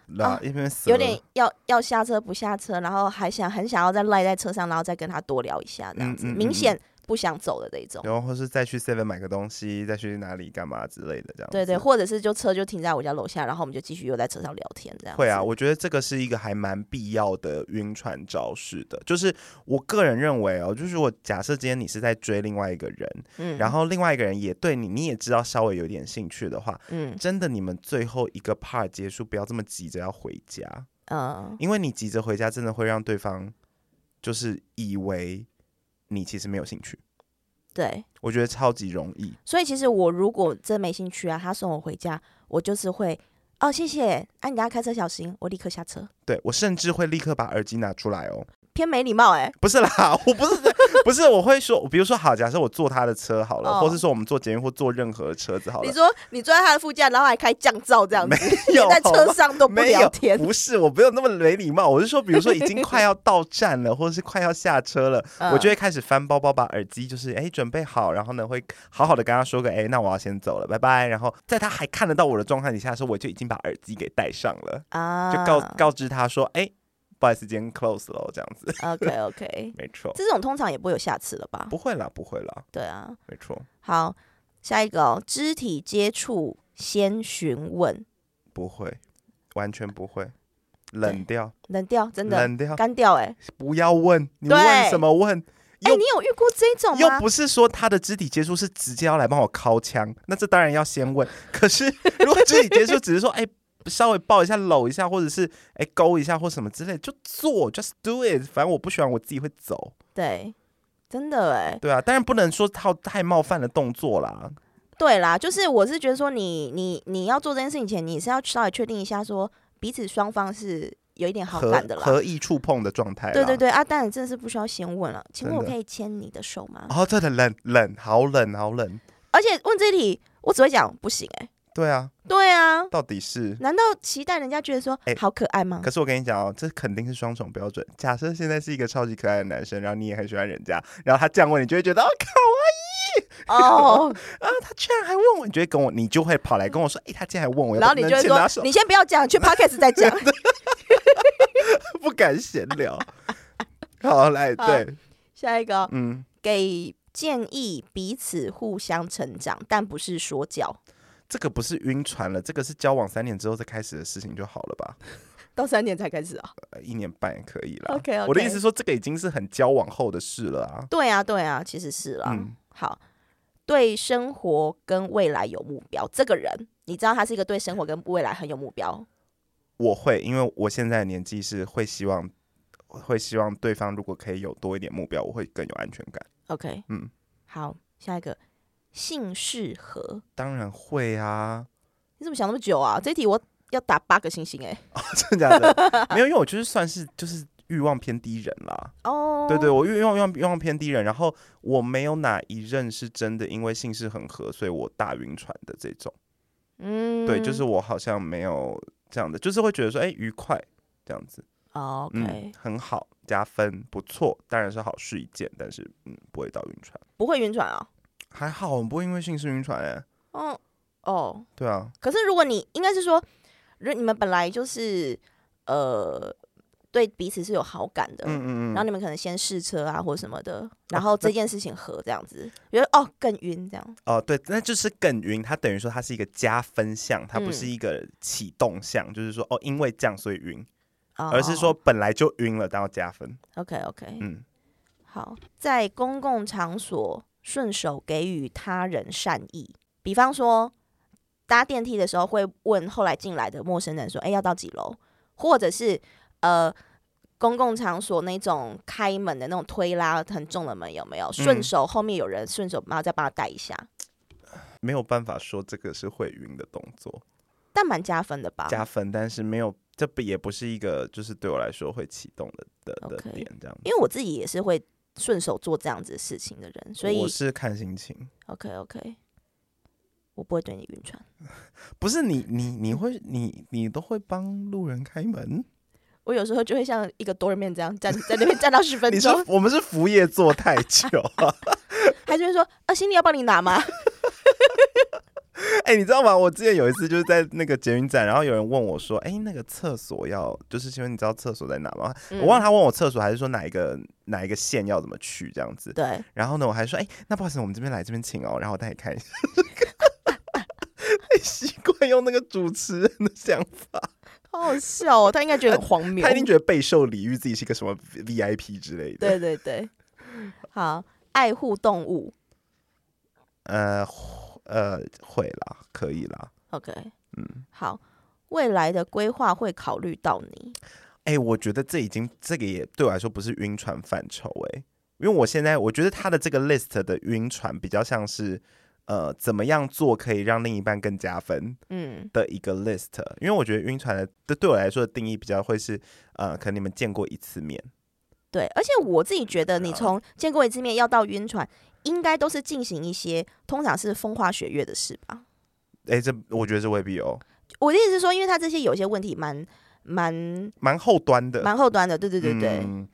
Speaker 1: 那一边死
Speaker 2: 啊有
Speaker 1: 了
Speaker 2: 点要要下车不下车，然后还想很想要再赖在车上，然后再跟他多聊一下这样子，
Speaker 1: 嗯嗯嗯嗯
Speaker 2: 明显不想走的这一种。
Speaker 1: 然后或是再去 Seven 买个东西，再去哪里干嘛之类的，这样
Speaker 2: 对对，
Speaker 1: 子
Speaker 2: 或者是就车就停在我家楼下，然后我们就继续又在车上聊天这样子。
Speaker 1: 会啊，我觉得这个是一个还蛮必要的晕船招式的，就是我个人认为哦，就是我假设今天你是在追另外一个人，
Speaker 2: 嗯
Speaker 1: 然后另外一个人也对你，你也知道稍微有点兴趣的话，
Speaker 2: 嗯
Speaker 1: 真的你们最后一个 part 结束，不要这么急着要回家，
Speaker 2: 嗯，
Speaker 1: 因为你急着回家真的会让对方就是以为你其实没有兴趣，
Speaker 2: 对。
Speaker 1: 我觉得超级容易。
Speaker 2: 所以其实我如果真没兴趣啊，他送我回家，我就是会哦谢谢，哎、你等下开车小心，我立刻下车。
Speaker 1: 对我甚至会立刻把耳机拿出来哦，
Speaker 2: 偏没礼貌哎、
Speaker 1: 不是啦， 我不是不是，我会说，比如说好，假设我坐他的车好了，
Speaker 2: 哦
Speaker 1: 或是说我们坐捷运或坐任何车子好
Speaker 2: 你
Speaker 1: 了，
Speaker 2: 说你坐在他的副驾，然后还开降噪这样子，
Speaker 1: 没有
Speaker 2: 在
Speaker 1: 好
Speaker 2: 车
Speaker 1: 吗
Speaker 2: 上都不
Speaker 1: 没
Speaker 2: 聊
Speaker 1: 有
Speaker 2: 天，
Speaker 1: 不是，我不用那么没礼貌，我是说，比如说已经快要到站了，或者是快要下车了，我就
Speaker 2: 得
Speaker 1: 会开始翻包包，把耳机就是哎准备好，然后呢会好好的跟他说个哎，那我要先走了，拜拜。然后在他还看得到我的状态底下的时候，我就已经把耳机给戴上了，
Speaker 2: 啊，
Speaker 1: 就告告知他说哎，不好意思，今天 close 了哦，这样子，
Speaker 2: OK OK，
Speaker 1: 没错，
Speaker 2: 这种通常也不会有下次了吧？
Speaker 1: 不会啦，不会啦，
Speaker 2: 对啊，
Speaker 1: 没错，
Speaker 2: 好，下一个哦，肢体接触先询问，
Speaker 1: 不会，完全不会，冷掉，
Speaker 2: 冷掉，真的
Speaker 1: 冷掉，
Speaker 2: 干掉哎、欸，
Speaker 1: 不要问，你问
Speaker 2: 对
Speaker 1: 什么问？
Speaker 2: 哎、
Speaker 1: 又
Speaker 2: 你有遇过这种
Speaker 1: 又
Speaker 2: 吗？
Speaker 1: 不是说他的肢体接触是直接要来帮我敲枪，那这当然要先问。 可是如果肢体接触只是说，哎、稍微抱一下、搂一下，或者是哎、勾一下或什么之类，就做，just do it。反正我不喜欢，我自己会走。
Speaker 2: 对，真的哎、
Speaker 1: 对啊，当然不能说套太冒犯的动作啦。
Speaker 2: 对啦，就是我是觉得说你你你要做这件事情前，你是要稍微确定一下说彼此双方是有一点好
Speaker 1: 合
Speaker 2: 感的啦。
Speaker 1: 合意触碰的状态。
Speaker 2: 对对。对啊，当然真的是不需要先问了，请问
Speaker 1: 真
Speaker 2: 我
Speaker 1: 的
Speaker 2: 可以牵你的手吗？
Speaker 1: 哦，真的冷冷，好冷好冷。
Speaker 2: 而且问这题，我只会讲不行哎、
Speaker 1: 对啊，
Speaker 2: 对啊，
Speaker 1: 到底是。
Speaker 2: 难道期待人家觉得说、
Speaker 1: 哎
Speaker 2: 好可爱吗？
Speaker 1: 可是我跟你讲哦，这肯定是双重标准。假设现在是一个超级可爱的男生，然后你也很喜欢人家，然后他这样问，你就会觉得哦，靠，
Speaker 2: 哦，
Speaker 1: 啊，他居然还问我，你就会跟我，你就会跑来跟我说，哎、他竟然还问我，
Speaker 2: 然 后你就会
Speaker 1: 拿手
Speaker 2: 说，你先不要讲，去 podcast 再讲。
Speaker 1: 不敢闲 聊。好，来，
Speaker 2: 好
Speaker 1: 对，
Speaker 2: 下一个哦，
Speaker 1: 嗯，
Speaker 2: 给建议彼此互相成长，但不是说教。
Speaker 1: 这个不是晕船了，这个是交往三年之后再开始的事情就好了吧？
Speaker 2: 到三点才开始啊？
Speaker 1: 呃一年半也可以啦。
Speaker 2: OK，OK
Speaker 1: 啊我的意思是说，这个已经是很交往后的事了啊。
Speaker 2: 对啊，对啊，其实是啦。
Speaker 1: 嗯
Speaker 2: 好，对生活跟未来有目标，这个人你知道他是一个对生活跟未来很有目标。
Speaker 1: 我会，因为我现在的年纪是会希望，会希望对方如果可以有多一点目标，我会更有安全感。
Speaker 2: OK，
Speaker 1: 嗯，
Speaker 2: 好，下一个姓氏和，
Speaker 1: 当然会啊。
Speaker 2: 你怎么想那么久啊？这一题我要打八个星星哎、
Speaker 1: 真的假的？没有，因为我就是算是就是欲望偏低人啦。
Speaker 2: 哦、
Speaker 1: 对对，我欲望欲望欲望偏低人，然后我没有哪一任是真的因为姓氏很合，所以我大晕船的这种。
Speaker 2: 嗯，
Speaker 1: 对，就是我好像没有这样的，就是会觉得说，哎、愉快这样子，
Speaker 2: 哦 OK，、
Speaker 1: 嗯，很好，加分，不错，当然是好事一件，但是嗯，不会到晕船，
Speaker 2: 不会晕船啊、
Speaker 1: 还好，我们不会因为姓氏晕船哎、
Speaker 2: 哦。哦哦，
Speaker 1: 对啊，
Speaker 2: 可是如果你应该是说，如你们本来就是呃对彼此是有好感的，
Speaker 1: 嗯嗯
Speaker 2: 然后
Speaker 1: 嗯，哦
Speaker 2: 你们可能先试车啊或什么的，然后这件事情合这样子，觉得哦更晕这样。
Speaker 1: 哦对，那就是更晕，它等于说它是一个加分项，它不
Speaker 2: 嗯
Speaker 1: 是一个启动项，就是说哦，因为这样所以晕，
Speaker 2: 哦
Speaker 1: 而是说本来就晕了，但要加分。
Speaker 2: OK OK，、
Speaker 1: 嗯，
Speaker 2: 好，在公共场所顺手给予他人善意，比方说搭电梯的时候会问后来进来的陌生人说：“哎、要到几楼？”或者是呃。公共场所那种开门的那种推拉很重的门有没有？顺
Speaker 1: 嗯
Speaker 2: 手后面有人顺手，然后再帮他带一下。
Speaker 1: 没有办法说这个是会晕的动作，
Speaker 2: 但蛮加分的吧？
Speaker 1: 加分，但是没有，这不也不是一个就是对我来说会启动的的的
Speaker 2: OK
Speaker 1: 点，这样。
Speaker 2: 因为我自己也是会顺手做这样子的事情的人，所以
Speaker 1: 我是看心情，
Speaker 2: OK OK，我不会对你晕船。
Speaker 1: 不是你你你会你你都会帮路人开门，
Speaker 2: 我有时候就会像一个 doorman 这样站在那边站到十分
Speaker 1: 你说
Speaker 2: 钟，
Speaker 1: 我们是服务业做太久啊？
Speaker 2: 他就会说：“啊，行李要帮你拿吗
Speaker 1: 哎、你知道吗？我之前有一次就是在那个捷运站，然后有人问我说：“哎、那个厕所要就是请问你知道厕所在哪吗？”？”我
Speaker 2: 嗯
Speaker 1: 忘了他问我厕所还是说哪一个哪一个线要怎么去这样子
Speaker 2: 嗯。 对，
Speaker 1: 然后呢，我还说：“哎、那不好意思，我们这边来这边请哦。”然后我带你看一下。 太习惯用那个主持人的想法，
Speaker 2: 好好笑哦，他应该觉得很荒谬
Speaker 1: 呃他。一定觉得备受礼遇，自己是个什么 VIP 之类的。
Speaker 2: 对对对，好，爱护动物
Speaker 1: 呃呃，会啦，可以啦。
Speaker 2: ，OK，
Speaker 1: 嗯，
Speaker 2: 好，未来的规划会考虑到你，
Speaker 1: 哎、我觉得这已经这个也对我来说不是晕船范畴哎，因为我现在我觉得他的这个 list 的晕船比较像是呃怎么样做可以让另一半更加分
Speaker 2: 嗯
Speaker 1: 的一个 list，因为我觉得晕船的对对我来说的定义比较会是呃可能你们见过一次面，
Speaker 2: 对，而且我自己觉得，你
Speaker 1: 对啊
Speaker 2: 从见过一次面要到晕船，应该都是进行一些通常是风花雪月的事吧。
Speaker 1: 哎、这我觉得这未必哦，
Speaker 2: 我的意思是说，因为他这些有些问题蛮蛮
Speaker 1: 蛮后端的，
Speaker 2: 蛮后端的，对对对对。
Speaker 1: 嗯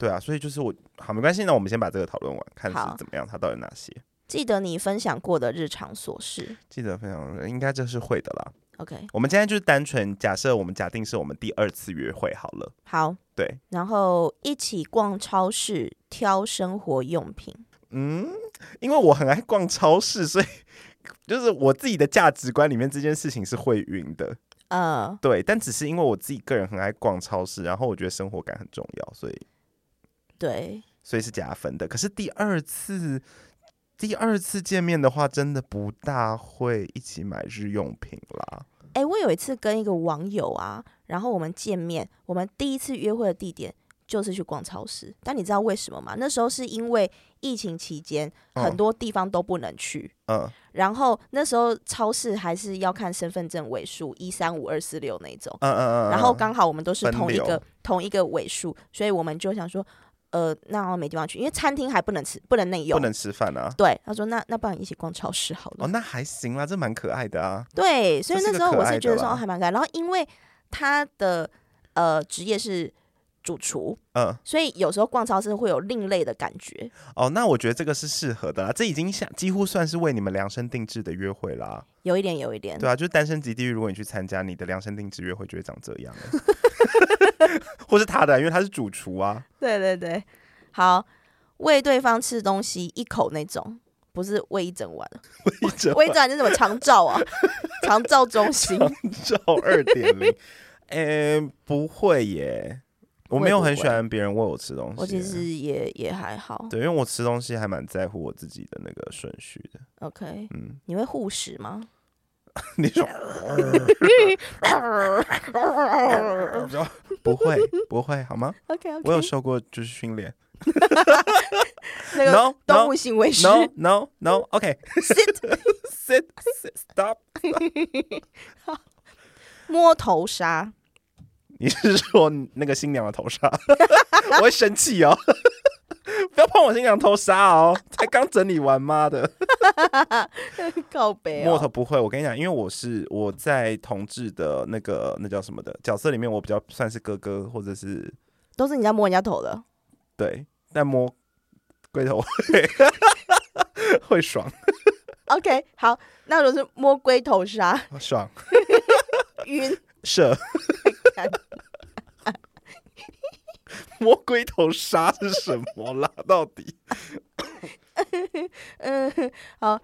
Speaker 1: 对啊，所以就是我好没关系，那我们先把这个讨论完，看
Speaker 2: 好
Speaker 1: 是怎么样，它到底哪些，
Speaker 2: 记得你分享过的日常琐事
Speaker 1: 记得分享，应该这是会的啦。
Speaker 2: ，OK，
Speaker 1: 我们今天就是单纯假设，我们假定是我们第二次约会好了。
Speaker 2: 好。
Speaker 1: 对，
Speaker 2: 然后一起逛超市挑生活用品，
Speaker 1: 嗯，因为我很爱逛超市，所以 就是我自己的价值观里面这件事情是会晕的。
Speaker 2: 呃，
Speaker 1: 对，但只是因为我自己个人很爱逛超市，然后我觉得生活感很重要，所以
Speaker 2: 对，
Speaker 1: 所以是加分的。可是第二次第二次见面的话，真的不大会一起买日用品啦。
Speaker 2: 哎，我有一次跟一个网友啊，然后我们见面，我们第一次约会的地点就是去逛超市。但你知道为什么吗？那时候是因为疫情期间，
Speaker 1: 嗯
Speaker 2: 很多地方都不能去。
Speaker 1: 嗯，
Speaker 2: 然后那时候超市还是要看身份证尾数一三五二四六那种，
Speaker 1: 嗯嗯嗯，
Speaker 2: 然后
Speaker 1: 嗯
Speaker 2: 刚好我们都是
Speaker 1: 分
Speaker 2: 同一
Speaker 1: 流
Speaker 2: 个同一个尾数，所以我们就想说，呃，那我没地方去，因为餐厅还不能吃，不能内用
Speaker 1: 不。能吃饭啊。
Speaker 2: 对，他说那那不然一起逛超市好了。
Speaker 1: 哦，那还行啦，这蛮可爱的啊。
Speaker 2: 对，所以
Speaker 1: 这是
Speaker 2: 那
Speaker 1: 个
Speaker 2: 时候
Speaker 1: 可
Speaker 2: 我
Speaker 1: 爱
Speaker 2: 是
Speaker 1: 的
Speaker 2: 觉得说
Speaker 1: 啦
Speaker 2: 哦还蛮可爱。然后因为他的呃职业是主厨，
Speaker 1: 嗯，
Speaker 2: 所以有时候逛超市会有另类的感觉。
Speaker 1: 哦，那我觉得这个是适合的啦，这已经像几乎算是为你们量身定制的约会啦。
Speaker 2: 有一点，有一点，
Speaker 1: 对啊，就是单身级地狱，如果你去参加，你的量身定制约会就会长这样 欸，或是他的，因为他是主厨 啊。
Speaker 2: 对对对，好，喂对方吃东西一口那种，不是喂一整碗，
Speaker 1: 一 整
Speaker 2: 喂一整碗是什么长照啊， 长照中心，
Speaker 1: 照二点零，诶，不会耶，我
Speaker 2: 会
Speaker 1: 没有
Speaker 2: 不
Speaker 1: 很喜
Speaker 2: 会
Speaker 1: 欢别人喂我吃东西耶。啊
Speaker 2: 我其实也也还好。
Speaker 1: 对，因为我吃东西还蛮在乎我自己的那个顺序的。
Speaker 2: OK，
Speaker 1: 嗯，
Speaker 2: 你会护食吗？
Speaker 1: 你说不会不会好 吗？
Speaker 2: OK OK，
Speaker 1: 我有受过就是训练。
Speaker 2: 那个
Speaker 1: No,
Speaker 2: 动
Speaker 1: no,
Speaker 2: 物行 为是
Speaker 1: No no no. OK,
Speaker 2: sit
Speaker 1: sit sit stop.
Speaker 2: 摸头杀，
Speaker 1: 你是说那个新娘的头纱？ 我会生气哦！ 不要碰我新娘头纱哦！才刚整理完，妈的！
Speaker 2: 告白、
Speaker 1: 摸
Speaker 2: 哦。
Speaker 1: 头不会，我跟你讲，因为我是我在同志的那个那叫什么的角色里面，我比较算是哥哥或者是
Speaker 2: 都是你在摸人家头的。
Speaker 1: 对，但摸龟头 会会爽
Speaker 2: OK，好，那如果是摸龟头鲨，
Speaker 1: 爽啊
Speaker 2: 晕，
Speaker 1: 射
Speaker 2: 干
Speaker 1: 摸龟头纱是什么啦？到底
Speaker 2: 嗯，好，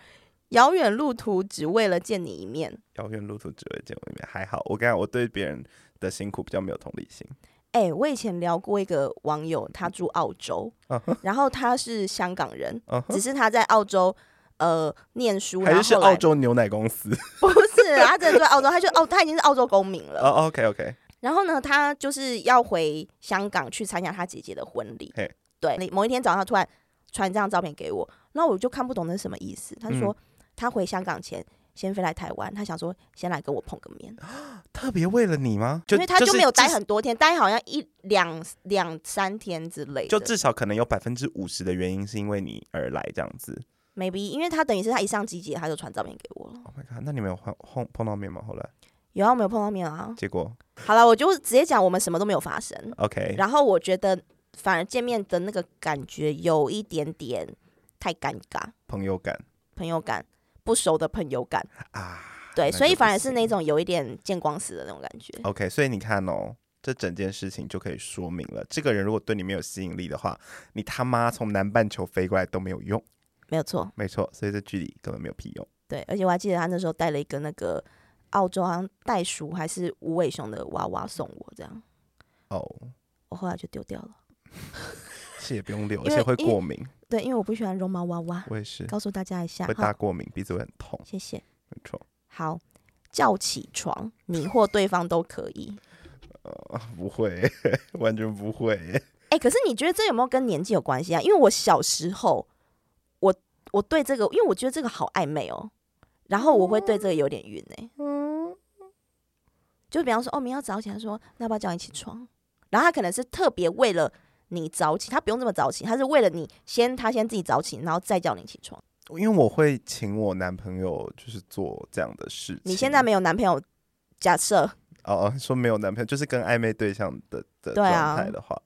Speaker 2: 遥远路途只为了见你一面。
Speaker 1: 遥远路途只会见我一面，还好。我跟你讲，我对别人的辛苦比较没有同理心。
Speaker 2: 哎、我以前聊过一个网友，他住澳洲
Speaker 1: 啊哈
Speaker 2: 然后他是香港人，
Speaker 1: 嗯哼
Speaker 2: 只是他在澳洲呃念书，
Speaker 1: 还
Speaker 2: 然
Speaker 1: 是是
Speaker 2: 后后
Speaker 1: 澳
Speaker 2: 来
Speaker 1: 洲牛奶公司？
Speaker 2: 不是啦，他真的住在澳洲，他就澳他已经是澳洲公民了。
Speaker 1: 哦，OK OK，
Speaker 2: 然后呢，他就是要回香港去参加他姐姐的婚礼
Speaker 1: 嘿。
Speaker 2: 对，某一天早上他突
Speaker 1: 嗯
Speaker 2: 然传这张照片给我，然后我就看不懂那是什么意思。他说、他回香港前先飞来台湾，他想说先来跟我碰个面，
Speaker 1: 特别为了你吗？就
Speaker 2: 因为他
Speaker 1: 就
Speaker 2: 就是没有待
Speaker 1: 至
Speaker 2: 很多天，待好像一两两三天之类的，
Speaker 1: 就至少可能有百分之五十的原因是因为你而来这样子。
Speaker 2: maybe，因为他等于是他一上机姐他就传照片给我了，
Speaker 1: Oh my god！那你们有碰碰碰到面吗？后来
Speaker 2: 有啊，我没有碰到面啊。
Speaker 1: 结果
Speaker 2: 好了，我就直接讲我们什么都没有发生，
Speaker 1: OK，
Speaker 2: 然后我觉得反而见面的那个感觉有一点点太尴尬，
Speaker 1: 朋友感
Speaker 2: 朋友感不熟的朋友感，
Speaker 1: 啊
Speaker 2: 对，
Speaker 1: 那
Speaker 2: 所以
Speaker 1: 就不
Speaker 2: 反而是那
Speaker 1: 行
Speaker 2: 种有一点见光死的那种感觉。
Speaker 1: OK，所以你看哦。这整件事情就可以说明了，这个人如果对你没有吸引力的话，你他妈从南半球飞过来都没有用。
Speaker 2: 没有错，
Speaker 1: 没错，所以这距离根本没有屁用。
Speaker 2: 对，而且我还记得他那时候带了一个那个澳洲好像袋鼠还是无尾熊的娃娃送我，这样
Speaker 1: 哦、
Speaker 2: 我后来就丢掉了。
Speaker 1: 是也不用留，而
Speaker 2: 因为
Speaker 1: 且会
Speaker 2: 因为
Speaker 1: 过敏。
Speaker 2: 对，因为我不喜欢绒毛娃娃，
Speaker 1: 我也是
Speaker 2: 告诉大家一下
Speaker 1: 会大
Speaker 2: 哈，
Speaker 1: 过敏，鼻子会很痛。
Speaker 2: 谢谢。
Speaker 1: 没错，
Speaker 2: 好，叫起床，你或对方都可以。
Speaker 1: 呃，不会， 完全不会。
Speaker 2: 哎、可是你觉得这有没有跟年纪有关系啊？因为我小时候，我我对这个，因为我觉得这个好暧昧哦，然后我会对这个有点晕哎、就比方说，哦，明天要早起，他说那要不要叫你起床？然后他可能是特别为了你早起，他不用这么早起，他是为了你先他先自己早起，然后再叫你起床。
Speaker 1: 因为我会请我男朋友，就是做这样的事情。
Speaker 2: 你现在没有男朋友，假设
Speaker 1: 哦，哦说没有男朋友，就是跟暧昧对象的的
Speaker 2: 对啊
Speaker 1: 状态的话，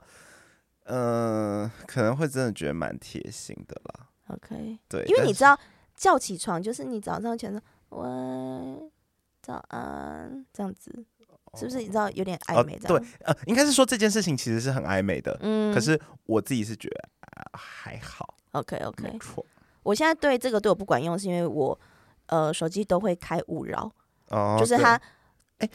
Speaker 1: 嗯、可能会真的觉得蛮贴心的啦。
Speaker 2: OK，
Speaker 1: 对，
Speaker 2: 因为
Speaker 1: 但
Speaker 2: 你
Speaker 1: 是
Speaker 2: 知道叫起床就是你早上起来说喂早安这样子，是不是？你知道有点暧昧这样？
Speaker 1: 哦呃，应该是说这件事情其实是很暧昧的，
Speaker 2: 嗯，
Speaker 1: 可是我自己是觉得、啊还好，
Speaker 2: OK
Speaker 1: 没
Speaker 2: OK，
Speaker 1: 错。
Speaker 2: 我现在对这个对我不管用，是因为我呃手机都会开勿扰，
Speaker 1: 哦，
Speaker 2: 就是
Speaker 1: 对
Speaker 2: 他
Speaker 1: 哎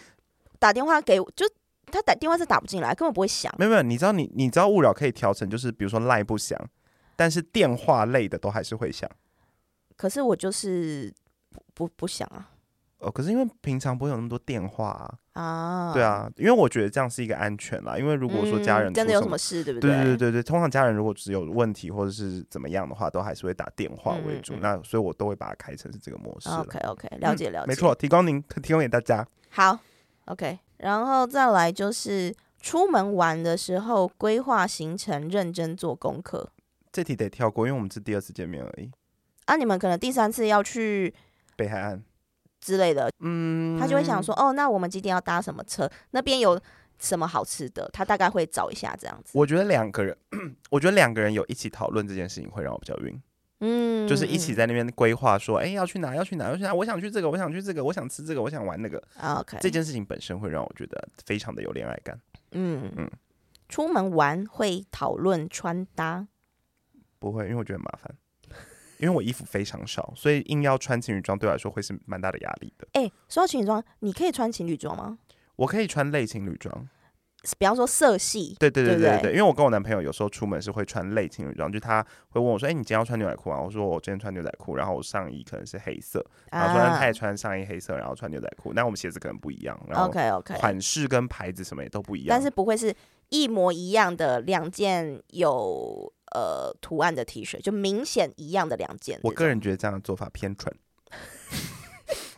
Speaker 2: 打电话给我，就他打电话是打不进来，根本不会响。
Speaker 1: 没有没有，你知道你你知道勿扰可以调成，就是比如说赖不响，但是电话类的都还是会响。
Speaker 2: 可是我就是不不不想啊
Speaker 1: 哦，可是因为平常不会有那么多电话啊，
Speaker 2: 啊！嗯
Speaker 1: 对，啊，因为我觉得这样是一个安全啦。因为如果说家人、
Speaker 2: 真的有什
Speaker 1: 么
Speaker 2: 么，事，对不
Speaker 1: 对
Speaker 2: 对
Speaker 1: 对对对，通常家人如果只有问题或者是怎么样的话，都还是会打电话为主。
Speaker 2: 嗯嗯嗯哦
Speaker 1: 那所以我都会把它开成是这个模式啦
Speaker 2: OK OK，了解
Speaker 1: 嗯
Speaker 2: 了解，
Speaker 1: 没错，提供您提供给大家。
Speaker 2: 好，OK，然后再来就是出门玩的时候规划行程，认真做功课。
Speaker 1: 这题得跳过，因为我们是第二次见面而已。
Speaker 2: 啊，你们可能第三次要去
Speaker 1: 北海岸，
Speaker 2: 之类的，
Speaker 1: 嗯，
Speaker 2: 他就会想说，哦，那我们今天要搭什么车？那边有什么好吃的？他大概会找一下这样子。
Speaker 1: 我觉得两个人， 我觉得两个人有一起讨论这件事情会让我比较晕。
Speaker 2: 嗯，
Speaker 1: 就是一起
Speaker 2: 嗯
Speaker 1: 在那边规划说，哎、要去哪，要去哪，要去哪，我想去这个，我想去这个，我想吃这个，我想玩那个。
Speaker 2: 嗯 OK，
Speaker 1: 这件事情本身会让我觉得非常的有恋爱感，
Speaker 2: 嗯
Speaker 1: 嗯
Speaker 2: 嗯，出门玩会讨论穿搭，
Speaker 1: 不会，因为我觉得很麻烦，因为我衣服非常少，所以硬要穿情侣装对我来说会是蛮大的压力的。
Speaker 2: 哎、说到情侣装，你可以穿情侣装吗？
Speaker 1: 我可以穿类情侣装，
Speaker 2: 比方说色系，
Speaker 1: 对对对
Speaker 2: 对不
Speaker 1: 对对
Speaker 2: 对
Speaker 1: 对，因为我跟我男朋友有时候出门是会穿类情侣装，就他会问我说，哎、你今天要穿牛仔裤啊？我说我今天穿牛仔裤，然后我上衣可能是黑色，
Speaker 2: 啊
Speaker 1: 然后说那他也啊穿上衣黑色，然后穿牛仔裤，那我们鞋子可能不一样，然后
Speaker 2: OK OK，
Speaker 1: 款式跟牌子什么也都不一样，
Speaker 2: 但是不会是一模一样的两件有呃图案的 T 恤，就明显一样的两件这
Speaker 1: 我
Speaker 2: 种。
Speaker 1: 个人觉得这样的做法偏蠢，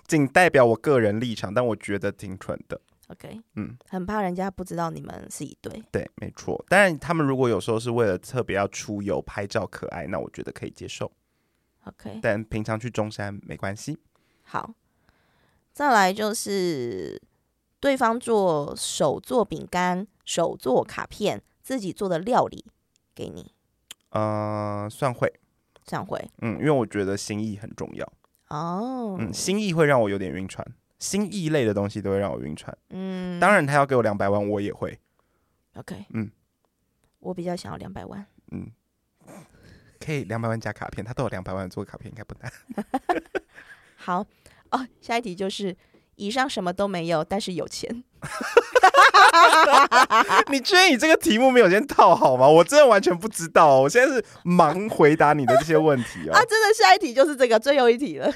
Speaker 1: 仅代表我个人立场，但我觉得挺蠢的。
Speaker 2: OK，
Speaker 1: 嗯，
Speaker 2: 很怕人家不知道你们是一对。
Speaker 1: 对，没错。当然，他们如果有时候是为了特别要出游拍照可爱，那我觉得可以接受。
Speaker 2: OK，
Speaker 1: 但平常去中山没关系。
Speaker 2: 好，再来就是对方做手做饼干、手做卡片，自己做的料理给你，
Speaker 1: 呃，算会，
Speaker 2: 这样会
Speaker 1: 嗯，因为我觉得心意很重要。
Speaker 2: 哦，
Speaker 1: 嗯，心意会让我有点晕船，心意类的东西都会让我晕船。
Speaker 2: 嗯
Speaker 1: 当然，他要给我两百万，我也会。
Speaker 2: OK，
Speaker 1: 嗯，
Speaker 2: 我比较想要两百万。
Speaker 1: 嗯，可以两百万加卡片，他都有两百万做卡片，应该不难。
Speaker 2: 好哦，下一题就是以上什么都没有，但是有钱。
Speaker 1: 你居然以这个题目没有先套好吗？我真的完全不知道、哦，我现在是忙回答你的这些问题哦。
Speaker 2: 啊，真的下一题就是这个最后一题了。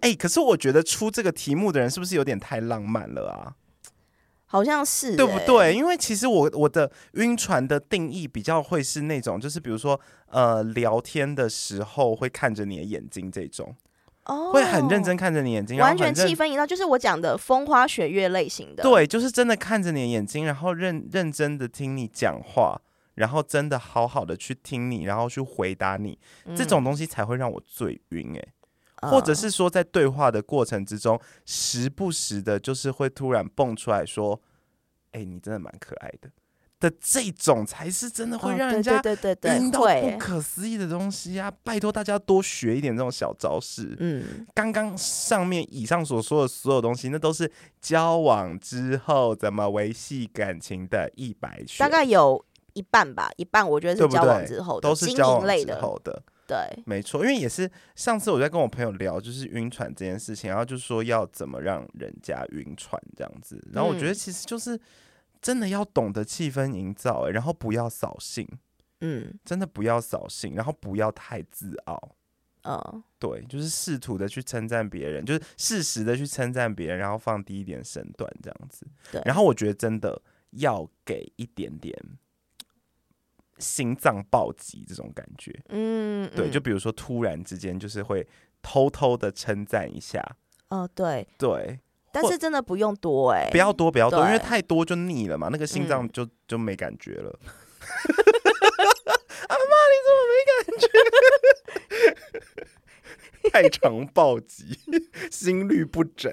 Speaker 1: 哎、可是我觉得出这个题目的人是不是有点太浪漫了啊？
Speaker 2: 好像是、欸，
Speaker 1: 对不？对？因为其实我我的晕船的定义比较会是那种，就是比如说呃聊天的时候会看着你的眼睛这种，
Speaker 2: 哦，
Speaker 1: 会很认真，看着你眼睛，然后
Speaker 2: 完全
Speaker 1: 很认
Speaker 2: 气氛营造，就是我讲的风花雪月类型的。，
Speaker 1: 对，就是真的看着你的眼睛，然后认认真的听你讲话，然后真的好好的去听你，然后去回答你，这种东西才会让我最晕哎、
Speaker 2: 嗯，
Speaker 1: 或者是说在对话的过程之中，时不时的就是会突然蹦出来说：“哎、你真的蛮可爱的。”的这种才是真的
Speaker 2: 嗯
Speaker 1: 会
Speaker 2: 嗯
Speaker 1: 让人
Speaker 2: 对
Speaker 1: 家
Speaker 2: 对对对
Speaker 1: 晕
Speaker 2: 对，
Speaker 1: 到不
Speaker 2: 会，
Speaker 1: 可思议的东西啊！拜托大家多学一点这种小招式。
Speaker 2: 嗯，
Speaker 1: 刚刚上面以上所说的所有东西，那都是交往之后怎么维系感情的一百选，
Speaker 2: 大概有一半吧，一半我觉得
Speaker 1: 对
Speaker 2: 是
Speaker 1: 不
Speaker 2: 交往
Speaker 1: 对
Speaker 2: 之后的
Speaker 1: 都是
Speaker 2: 经
Speaker 1: 交
Speaker 2: 营
Speaker 1: 往
Speaker 2: 类
Speaker 1: 之
Speaker 2: 的，
Speaker 1: 后的。
Speaker 2: 对，
Speaker 1: 没错，因为也是上次我在跟我朋友聊，就是晕船这件事情，然后就说要怎么让人家晕船这样子，然后我觉得
Speaker 2: 嗯
Speaker 1: 其实就是真的要懂得气氛营造、欸然后不要扫兴，
Speaker 2: 嗯
Speaker 1: 真的不要扫兴，然后不要太自傲。
Speaker 2: 嗯，
Speaker 1: 对，就是试图的去称赞别人，就是适时的去称赞别人，然后放低一点身段这样子。
Speaker 2: 对
Speaker 1: 然后我觉得真的要给一点点心脏暴击这种感觉。
Speaker 2: 嗯，
Speaker 1: 对，
Speaker 2: 嗯
Speaker 1: 就比如说突然之间就是会偷偷的称赞一下，
Speaker 2: 哦对，
Speaker 1: 对，
Speaker 2: 但
Speaker 1: 或
Speaker 2: 是真的不用多哎，
Speaker 1: 不要多不要多，因为
Speaker 2: 对
Speaker 1: 太多就腻了嘛，那个心脏
Speaker 2: 嗯
Speaker 1: 就、就没感觉 了。阿妈，你怎么 没感觉？太常暴击，心律不整。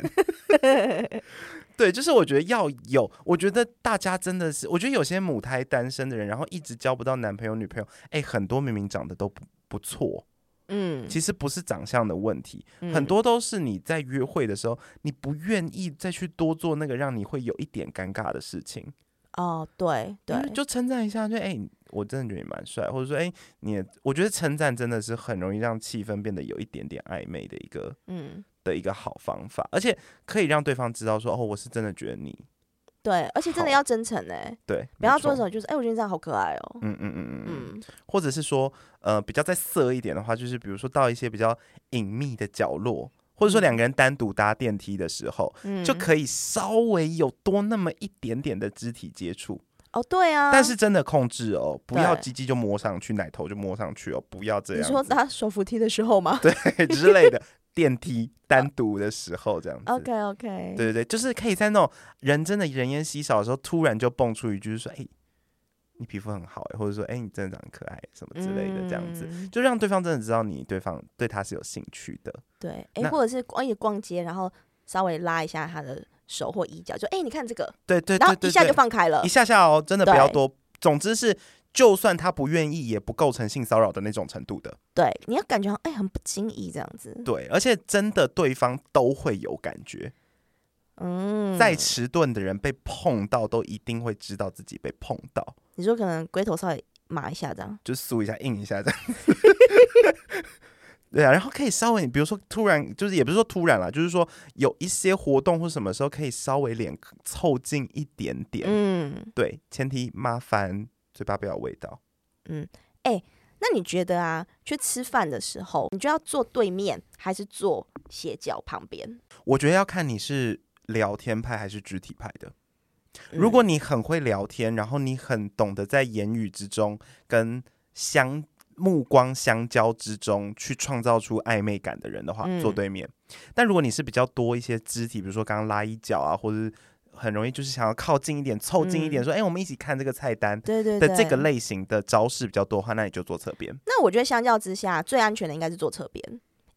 Speaker 1: 对，就是我觉得要有，我觉得大家真的是，我觉得有些母胎单身的人，然后一直交不到男朋友女朋友，哎、很多明明长得都不不错，
Speaker 2: 嗯，
Speaker 1: 其实不是长相的问题，很
Speaker 2: 嗯
Speaker 1: 多都是你在约会的时候，你不愿意再去多做那个让你会有一点尴尬的事情。
Speaker 2: 哦对对
Speaker 1: 嗯，就称赞一下，就哎、我真的觉得你蛮帅，或者说哎、你也，我觉得称赞真的是很容易让气氛变得有一点点暧昧的一个
Speaker 2: 嗯。
Speaker 1: 的一个好方法，而且可以让对方知道说哦，我是真的觉得你
Speaker 2: 对，而且真的
Speaker 1: 好
Speaker 2: 要真诚哎、
Speaker 1: 对，
Speaker 2: 不要做什
Speaker 1: 么，
Speaker 2: 么就是哎、我觉得你这样好可爱哦、
Speaker 1: 嗯嗯嗯嗯嗯，
Speaker 2: 嗯
Speaker 1: 或者是说呃，比较再色一点的话，就是比如说到一些比较隐秘的角落，或者说两个人单独搭电梯的时候，
Speaker 2: 嗯，
Speaker 1: 就可以稍微有多那么一点点的肢体接触，
Speaker 2: 哦，对啊。
Speaker 1: 但是真的控制哦，不要
Speaker 2: 对
Speaker 1: 鸡鸡就摸上去，奶头就摸上去哦，不要这
Speaker 2: 你
Speaker 1: 样
Speaker 2: 说
Speaker 1: 子
Speaker 2: 搭手扶梯的时候 吗
Speaker 1: 对之类的。电梯单独的时候这样子，
Speaker 2: 哦？OK OK，
Speaker 1: 对对对，就是可以在那种人真的人烟稀少的时候，突然就蹦出一句说：“哎、你皮肤很好、欸，或者说哎、你真的长得可爱什么之类的，这样子。
Speaker 2: 嗯
Speaker 1: 就让对方真的知道你对方对他是有兴趣的，
Speaker 2: 对，哎、
Speaker 1: 那
Speaker 2: 或者是逛一起逛街，然后稍微拉一下他的手或衣角，就哎、你看这个，
Speaker 1: 对对
Speaker 2: 然后
Speaker 1: 对对，
Speaker 2: 一下
Speaker 1: 对
Speaker 2: 就放开了
Speaker 1: 一。下下哦，真的不要
Speaker 2: 对
Speaker 1: 多。总之是，就算他不愿意，也不构成性骚扰的那种程度的。
Speaker 2: 对，你要感觉好像哎、很不经意这样子。
Speaker 1: 对，而且真的对方都会有感觉，
Speaker 2: 嗯，
Speaker 1: 再迟钝的人被碰到都一定会知道自己被碰到，
Speaker 2: 你说可能龟头稍微麻一下这样，
Speaker 1: 就酥一下、硬一下这样子。 对啊，然后可以稍微，比如说突然，就是也不是说突然啦，就是说有一些活动或什么时候可以稍微脸凑近一点点。
Speaker 2: 嗯，
Speaker 1: 对，前提麻烦嘴巴不要有味道。
Speaker 2: 那你觉得啊，去吃饭的时候，你就要坐对面还是坐斜角旁边？
Speaker 1: 我觉得要看你是聊天派还是肢体派的。
Speaker 2: 嗯
Speaker 1: 如果你很会聊天，然后你很懂得在言语之中跟相目光相交之中去创造出暧昧感的人的话，
Speaker 2: 嗯
Speaker 1: 坐对面；但如果你是比较多一些肢体，比如说刚刚拉一脚啊，或者是很容易就是想要靠近一点、凑近一点，
Speaker 2: 嗯
Speaker 1: 说“哎、我们一起看这个菜单”
Speaker 2: 对对
Speaker 1: 的
Speaker 2: 对，
Speaker 1: 这个类型的招式比较多的话，那你就坐侧边。
Speaker 2: 那我觉得相较之下，最安全的应该是坐侧边，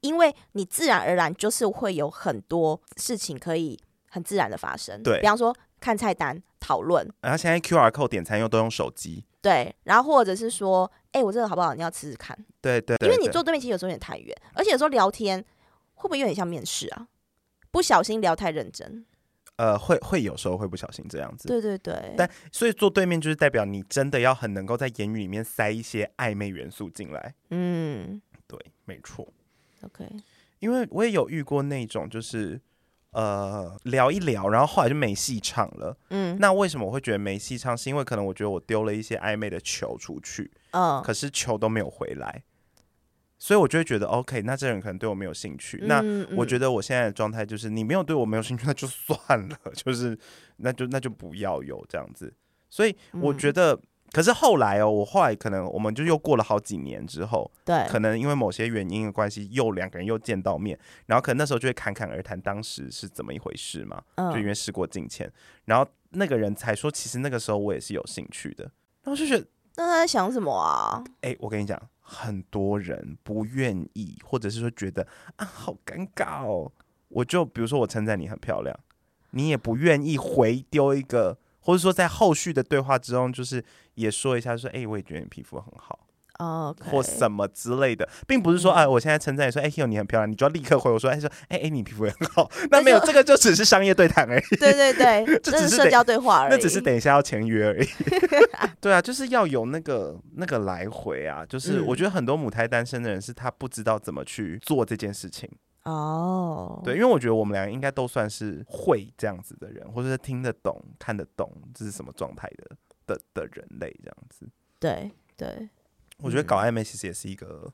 Speaker 2: 因为你自然而然就是会有很多事情可以很自然的发生。
Speaker 1: 对
Speaker 2: 比方说看菜单、讨论，
Speaker 1: 然后现在 QR code 点餐又都用手机，
Speaker 2: 对，然后或者是说，哎、我这个好不好？你要吃吃看，
Speaker 1: 对对对，
Speaker 2: 因为你
Speaker 1: 对
Speaker 2: 坐对面其实有时候有点太远，而且有时候聊天会不会有点像面试啊？不小心聊太认真，
Speaker 1: 呃会会有时候会不小心这样子，
Speaker 2: 对对对，
Speaker 1: 但所以坐对面就是代表你真的要很能够在言语里面塞一些暧昧元素进来。
Speaker 2: 嗯
Speaker 1: 对，没错。
Speaker 2: ，OK，
Speaker 1: 因为我也有遇过那种就是呃聊一聊，然后后来就没戏唱了。
Speaker 2: 嗯，
Speaker 1: 那为什么我会觉得没戏唱？是因为可能我觉得我丢了一些暧昧的球出去，
Speaker 2: 嗯，
Speaker 1: 可是球都没有回来，所以我就会觉得 OK，那这个人可能对我没有兴趣。那我觉
Speaker 2: 得，
Speaker 1: 得我现在的状态就是，你没有对我没有兴趣，那就 算了，就是那就那就不要有这样子。所以我觉
Speaker 2: 嗯
Speaker 1: 得可是后来哦，我后来可能我们就又过了好几年之后，
Speaker 2: 对，
Speaker 1: 可能因为某些原因的关系，又两个人又见到面，然后可能那时候就会侃侃而谈当时是怎么一回事嘛，就因
Speaker 2: 嗯，
Speaker 1: 为事过境迁，然后那个人才说，其实那个时候我也是有兴趣的，然后就觉得，
Speaker 2: 那他在想什么啊？
Speaker 1: 哎、我跟你讲，很多人不愿意，或者是说觉得啊，好尴尬哦，我就比如说我称赞你很漂亮，你也不愿意回丢一个。或者说，在后续的对话之中，就是也说一下，说，哎、我也觉得你皮肤很好，
Speaker 2: 哦，OK，
Speaker 1: 或什么之类的，并不是说，哎、我现在称赞你说，哎、h i l 你很漂亮，你就要立刻回我说，哎、说，哎、哎、你皮肤很好。那没有，这个就只是商业对谈而已，
Speaker 2: 对对对，
Speaker 1: 这
Speaker 2: 这
Speaker 1: 只
Speaker 2: 是
Speaker 1: 是
Speaker 2: 社
Speaker 1: 得
Speaker 2: 交对话而已。
Speaker 1: 那只是等一下要签约 而已。对啊，就是要有那个那个来回啊，就是
Speaker 2: 嗯
Speaker 1: 我觉得很多母胎单身的人是他不知道怎么去做这件事情。
Speaker 2: 哦，
Speaker 1: 对，因为我觉得我们俩应该都算是会这样子的人，或者是听得懂、看得懂这是什么状态的的的人类这样子。
Speaker 2: 对对，
Speaker 1: 我觉得搞
Speaker 2: 嗯
Speaker 1: 暧昧其实也是一个。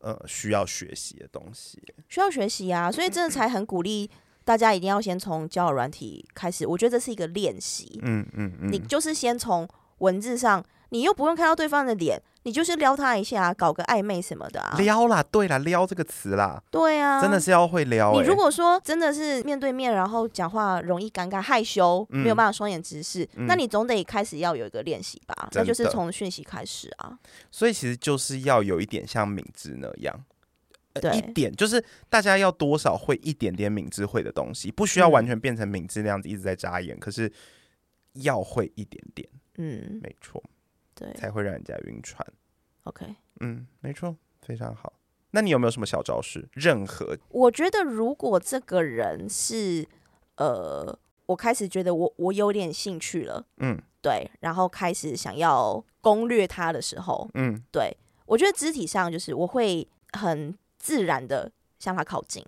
Speaker 1: 呃，需要学习的东西，
Speaker 2: 需要学习啊，所
Speaker 1: 嗯
Speaker 2: 以真的才很鼓励大家一定要先从交友软体开始。我觉得这是一个练习，
Speaker 1: 嗯嗯嗯，
Speaker 2: 你就是先从文字上，你又不用看到对方的脸，你就是撩他一下，搞个暧昧什么的啊。
Speaker 1: 撩啦，对啦，撩这个词啦，
Speaker 2: 对啊，
Speaker 1: 真的是要会撩、欸。
Speaker 2: 你如果说真的是面对面，然后讲话容易尴尬、害羞，
Speaker 1: 嗯
Speaker 2: 没有办法双眼直视，
Speaker 1: 嗯
Speaker 2: 那你总得开始要有一个练习吧？
Speaker 1: 真的
Speaker 2: 那就是从讯息开始啊。
Speaker 1: 所以其实就是要有一点像敏智那样，呃、
Speaker 2: 对
Speaker 1: 一点就是大家要多少会一点点敏智会的东西，不需要完
Speaker 2: 嗯
Speaker 1: 全变成敏智那样子一直在眨眼，可是要会一点点，
Speaker 2: 嗯，
Speaker 1: 没错，
Speaker 2: 对
Speaker 1: 才会让人家晕船。
Speaker 2: ，OK。
Speaker 1: 嗯，没错，非常好。那你有没有什么小招式？任何
Speaker 2: 我觉得如果这个人是呃，我开始觉得我我有点兴趣了，
Speaker 1: 嗯
Speaker 2: 对，然后开始想要攻略他的时候，
Speaker 1: 嗯
Speaker 2: 对我觉得肢体上就是我会很自然的向他靠近，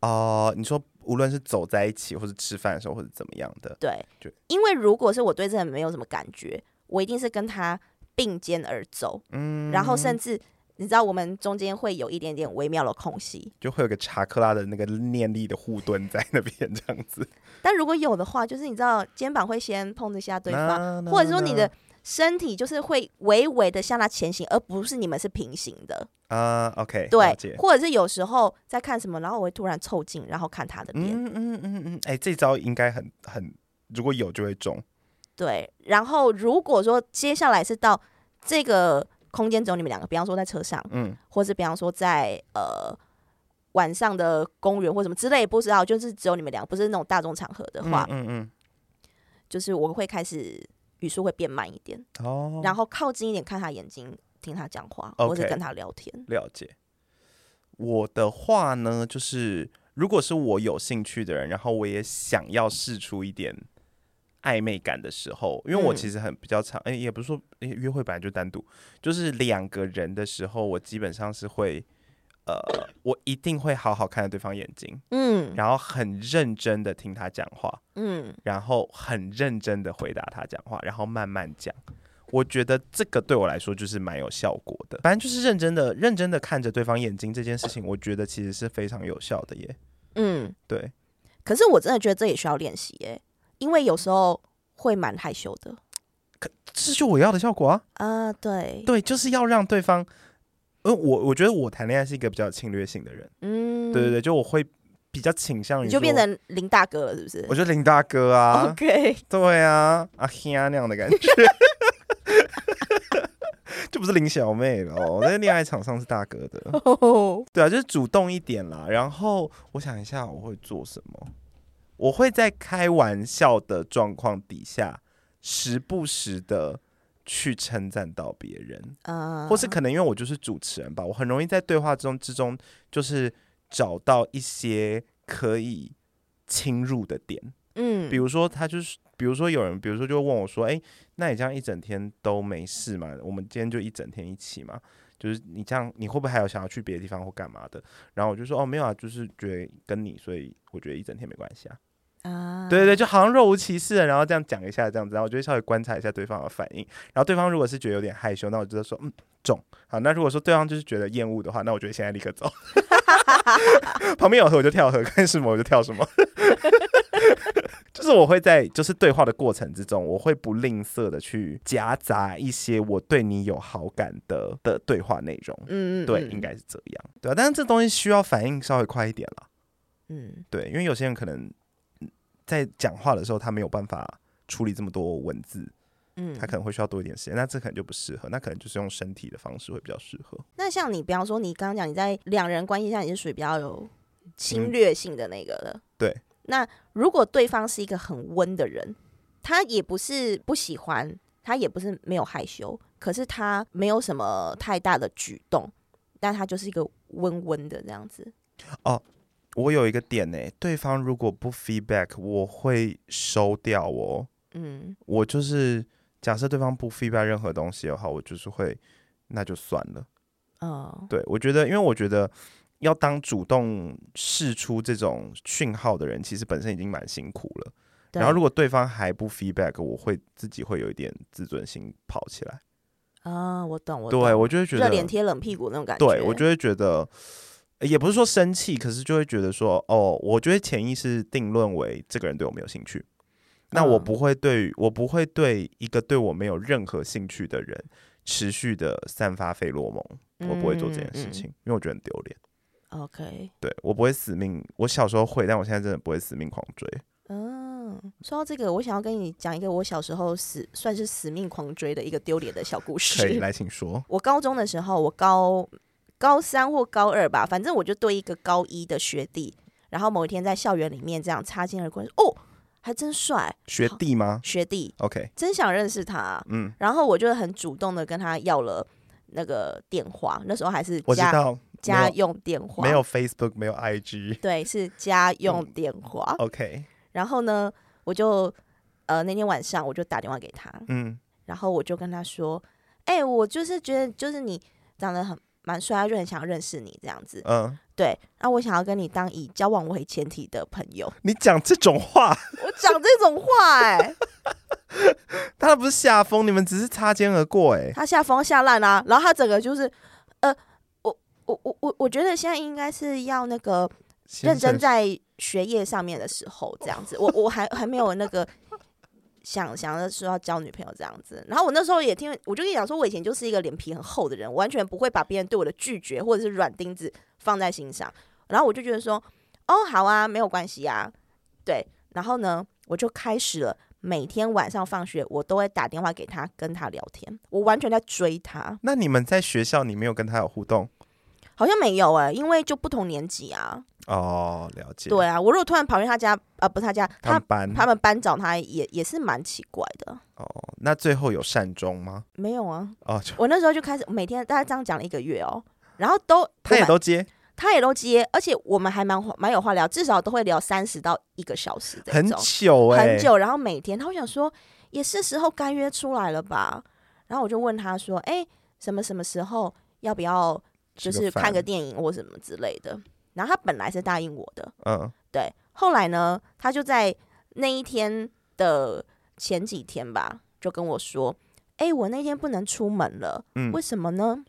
Speaker 1: 哦、你说无论是走在一起，或是吃饭的时候，或者怎么样的，
Speaker 2: 对
Speaker 1: 对，
Speaker 2: 因为如果是我对这个人没有什么感觉，我一定是跟他并肩而走，
Speaker 1: 嗯，
Speaker 2: 然后甚至。你知道我们中间会有一点点微妙的空隙，
Speaker 1: 就会有个查克拉的那个念力的护盾在那边，这样子。
Speaker 2: 但如果有的话，就是你知道肩膀会先碰一下对方，
Speaker 1: 方
Speaker 2: 或者说你的身体就是会微微的向它前行，而不是你们是平行的，
Speaker 1: 啊、o k
Speaker 2: 对，或者是有时候在看什么，然后我会突然凑近，然后看他的脸，
Speaker 1: 嗯嗯嗯嗯，哎、这招应该很很，如果有就会中。
Speaker 2: 对，然后如果说接下来是到这个空间只有你们两个，比方说在车上，
Speaker 1: 嗯，
Speaker 2: 或是比方说在呃晚上的公园或什么之类，不知道，就是只有你们两个，不是那种大众场合的话，
Speaker 1: 嗯嗯
Speaker 2: 就是我会开始语速会变慢一点，
Speaker 1: 嗯，哦，
Speaker 2: 然后靠近一点看他眼睛，听他讲话，
Speaker 1: OK
Speaker 2: 或者跟他聊天，
Speaker 1: 了解。我的话呢，就是如果是我有兴趣的人，然后我也想要试出一点暧昧感的时候，因为我
Speaker 2: 嗯
Speaker 1: 其实很比较常，哎、也不是说、诶约会本来就单独，就是两个人的时候，我基本上是会，呃，我一定会好好看着对方眼睛，
Speaker 2: 嗯
Speaker 1: 然后很认真的听他讲话，
Speaker 2: 嗯。
Speaker 1: 然后很认真的回答他讲话，然后慢慢讲。我觉得这个对我来说就是蛮有效果的，反正就是认真的、认真的看着对方眼睛这件事情，我觉得其实是非常有效的耶。
Speaker 2: 嗯，
Speaker 1: 对，
Speaker 2: 可是我真的觉得这也需要练习耶，因为有时候会蛮害羞的
Speaker 1: 这就我要的效果啊！
Speaker 2: 啊。对，
Speaker 1: 对，就是要让对方，呃，我我觉得我谈恋爱是一个比较有侵略性的人，
Speaker 2: 嗯，
Speaker 1: 对对，对，就我会比较倾向于
Speaker 2: 你就
Speaker 1: 说
Speaker 2: 变，哦成林大哥了，是不是
Speaker 1: 我觉得林大哥啊
Speaker 2: OK，
Speaker 1: 对啊，阿黑啊那样的 感觉， 就不是林小妹了哦，在恋爱场上是大哥的。对啊，就是主动一点啦。然后我想一下，我会做什么？我会在开玩笑的状况底下，时不时的去称赞到别人，
Speaker 2: 啊，
Speaker 1: 或是可能因为我就是主持人吧，我很容易在对话之中之中，就是找到一些可以侵入的点。
Speaker 2: 嗯，
Speaker 1: 比如说，他就是，比如说有人，比如说就会问我说：“哎、那你这样一整天都没事吗？我们今天就一整天一起嘛？就是你这样，你会不会还有想要去别的地方或干嘛的？”然后我就说：“哦，没有啊，就是觉得跟你，所以我觉得一整天没关系啊。
Speaker 2: 啊，
Speaker 1: 对对对，就好像若无其事的，然后这样讲一下这样子，然后我就会稍微观察一下对方的反应。然后对方如果是觉得有点害羞，那我就说嗯中。好，那如果说对方就是觉得厌恶的话，那我觉得现在立刻走。 旁边有河我就跳河，看什么我就跳什么，就是我会在就是对话的过程之中，我会不吝啬的去夹杂一些我对你有好感的的对话内容。
Speaker 2: 嗯嗯，
Speaker 1: 对，
Speaker 2: 嗯
Speaker 1: 应，该是这样，对啊。但是这东西需要反应稍微快一点啦，
Speaker 2: 嗯，
Speaker 1: 对，因为有些人可能嗯在讲话的时候他没有办法处理这么多文字，
Speaker 2: 嗯
Speaker 1: 他可能会需要多一点时间，那这可能就不适合，那可能就是用身体的方式会比较适合。
Speaker 2: 那像你，比方说你刚刚讲你在两人关系上你是属于比较有侵
Speaker 1: 嗯
Speaker 2: 略性的那个的，
Speaker 1: 对。
Speaker 2: 那如果对方是一个很温的人，他也不是不喜欢，他也不是没有害羞，可是他没有什么太大的举动，但他就是一个温温的这样子。
Speaker 1: 我有一个点呢、对方如果不 feedback，我会收掉哦。
Speaker 2: 嗯
Speaker 1: 我就是假设对方不 feedback 任何东西的话，我就是会那就算了。
Speaker 2: 哦，
Speaker 1: 对我觉得，因为我觉得要当主动试出这种讯号的人，其实本身已经蛮辛苦了。
Speaker 2: 对
Speaker 1: 然后如果对方还不 feedback，我会自己会有一点自尊心跑起来。
Speaker 2: 啊、我懂我懂，
Speaker 1: 对我就会觉得
Speaker 2: 热脸贴冷屁股那种感觉。
Speaker 1: 对，我就会觉得，呃也不是说生气，可是就会觉得说，哦，我觉得潜意识定论为这个人对我没有兴趣。那我
Speaker 2: 嗯
Speaker 1: 不会对于我不会对一个对我没有任何兴趣的人持续的散发费洛蒙，我不会做这件
Speaker 2: 嗯嗯
Speaker 1: 事
Speaker 2: 嗯
Speaker 1: 情，因为我觉得很丢脸。
Speaker 2: OK。
Speaker 1: 对我不会死命，我小时候会，但我现在真的不会死命狂 追。
Speaker 2: 嗯，说到这个，我想要跟你讲一个我小时候死算是死命狂追的一个丢脸的小故
Speaker 1: 可以
Speaker 2: 事。
Speaker 1: 来，请说。
Speaker 2: 我高中的时候，我高高三或高二吧，反正我就对一个高一的学弟，然后某一天在校园里面这样擦肩而过，哦，还真帅，
Speaker 1: 学弟吗
Speaker 2: 学弟，
Speaker 1: ？OK，
Speaker 2: 真想认识他。
Speaker 1: 嗯，
Speaker 2: 然后我就很主动的跟他要了那个电话，那时候还是
Speaker 1: 我知
Speaker 2: 家
Speaker 1: 道，
Speaker 2: 家用电话，
Speaker 1: 没有没有嗯 Facebook，没有 IG。
Speaker 2: 对，是家用电话。
Speaker 1: OK，
Speaker 2: 然后呢，我就呃那天晚上我就打电话给他，
Speaker 1: 嗯，
Speaker 2: 然后我就跟他说：“哎、我就是觉得就是你长得很蛮帅啊，就很想要认识你这样子。
Speaker 1: 嗯，
Speaker 2: 对，那我想要跟你当以交往为前提的朋友。
Speaker 1: 你讲这种话，
Speaker 2: 我讲这种话、哎，
Speaker 1: 他不是下风，你们只是擦肩而过、哎，
Speaker 2: 他下风下烂啦、然后他整个就是呃，我我我我我觉得现在应该是要那个认真在学业上面的时候这样子，我我还还没有那 个想想的说要交女朋友这样子。然后我那时候也听，我就跟你讲说，我以前就是一个脸皮很厚的人，我完全不会把别人对我的拒绝或者是软钉子放在心上。然后我就觉得说，哦，好啊，没有关系啊，对。然后呢，我就开始了。每天晚上放学，我都会打电话给他，跟他聊天。我完全在追他，
Speaker 1: 那你们在学校，你没有跟他有互动？
Speaker 2: 好像没有哎、因为就不同年级啊。
Speaker 1: 哦，了解。，
Speaker 2: 对啊，我如果突然跑去他家，呃，不是他家，
Speaker 1: 他们班
Speaker 2: 他们班长他也也是蛮奇怪的。
Speaker 1: 哦，那最后有善终吗？
Speaker 2: 没有啊，
Speaker 1: 哦，就
Speaker 2: 我那时候就开始每天大概这样讲了一个月哦，然后都
Speaker 1: 他也
Speaker 2: 我们
Speaker 1: 都接，
Speaker 2: 他也都接，而且我们还蛮蛮有话聊，至少都会聊三十到一个小时这
Speaker 1: 很
Speaker 2: 种，
Speaker 1: 久哎、
Speaker 2: 很。久。然后每天，他会想说也是时候该约出来了吧？然后我就问他说，哎、什么什么时候要不要就是看个
Speaker 1: 吃
Speaker 2: 电影或什么之类的？然后他本来是答应我的，
Speaker 1: 饭嗯，
Speaker 2: 对，后来呢，他就在那一天的前几天吧，就跟我说：“哎、我那天不能出门了，
Speaker 1: 嗯
Speaker 2: 为什么呢？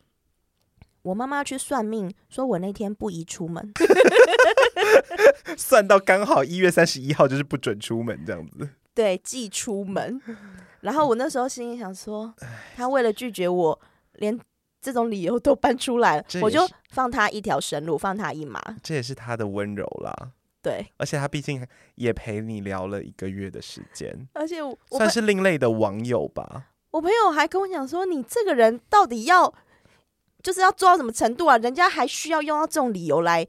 Speaker 2: 我妈妈去算命，说我那天不宜出门。
Speaker 1: 算到刚好一月三十一号就是不准出门这样子。
Speaker 2: 对，忌出门。然后我那时候心里想说，他为了拒绝我，连这种理由都搬出来了
Speaker 1: 这，
Speaker 2: 我
Speaker 1: 也
Speaker 2: 就是放他一条生路，放他一马。
Speaker 1: 这也是他的温柔啦，
Speaker 2: 对，
Speaker 1: 而且他毕竟也陪你聊了一个月的时间，
Speaker 2: 而且我我
Speaker 1: 算是另类的网友吧。
Speaker 2: 我朋友还跟我讲说，你这个人到底要就是要做到什么程度啊？人家还需要用到这种理由来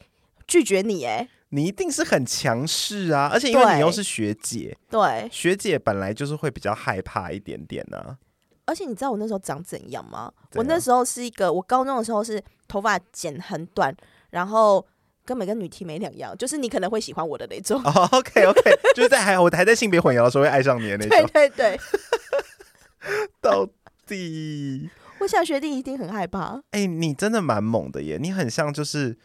Speaker 2: 拒绝你、哎，
Speaker 1: 你一定是很强势啊，而且因为你
Speaker 2: 对
Speaker 1: 又是学姐，
Speaker 2: 对，
Speaker 1: 学姐本来就是会比较害怕一点点啊呢、
Speaker 2: 而且你知道我那时候长怎样吗？
Speaker 1: 怎
Speaker 2: 我
Speaker 1: 样
Speaker 2: 那时候是一个，我高中的时候是头发剪很短，然后根本跟女 T 没两样，就是你可能会喜欢我的那种。
Speaker 1: 哦、o k OK，就是 在还我还在性别混淆的时候会爱上你的那
Speaker 2: 对
Speaker 1: 种，
Speaker 2: 对对，
Speaker 1: 到底
Speaker 2: 我想学弟一定很害怕。
Speaker 1: 哎、你真的蛮猛的耶，你很像就是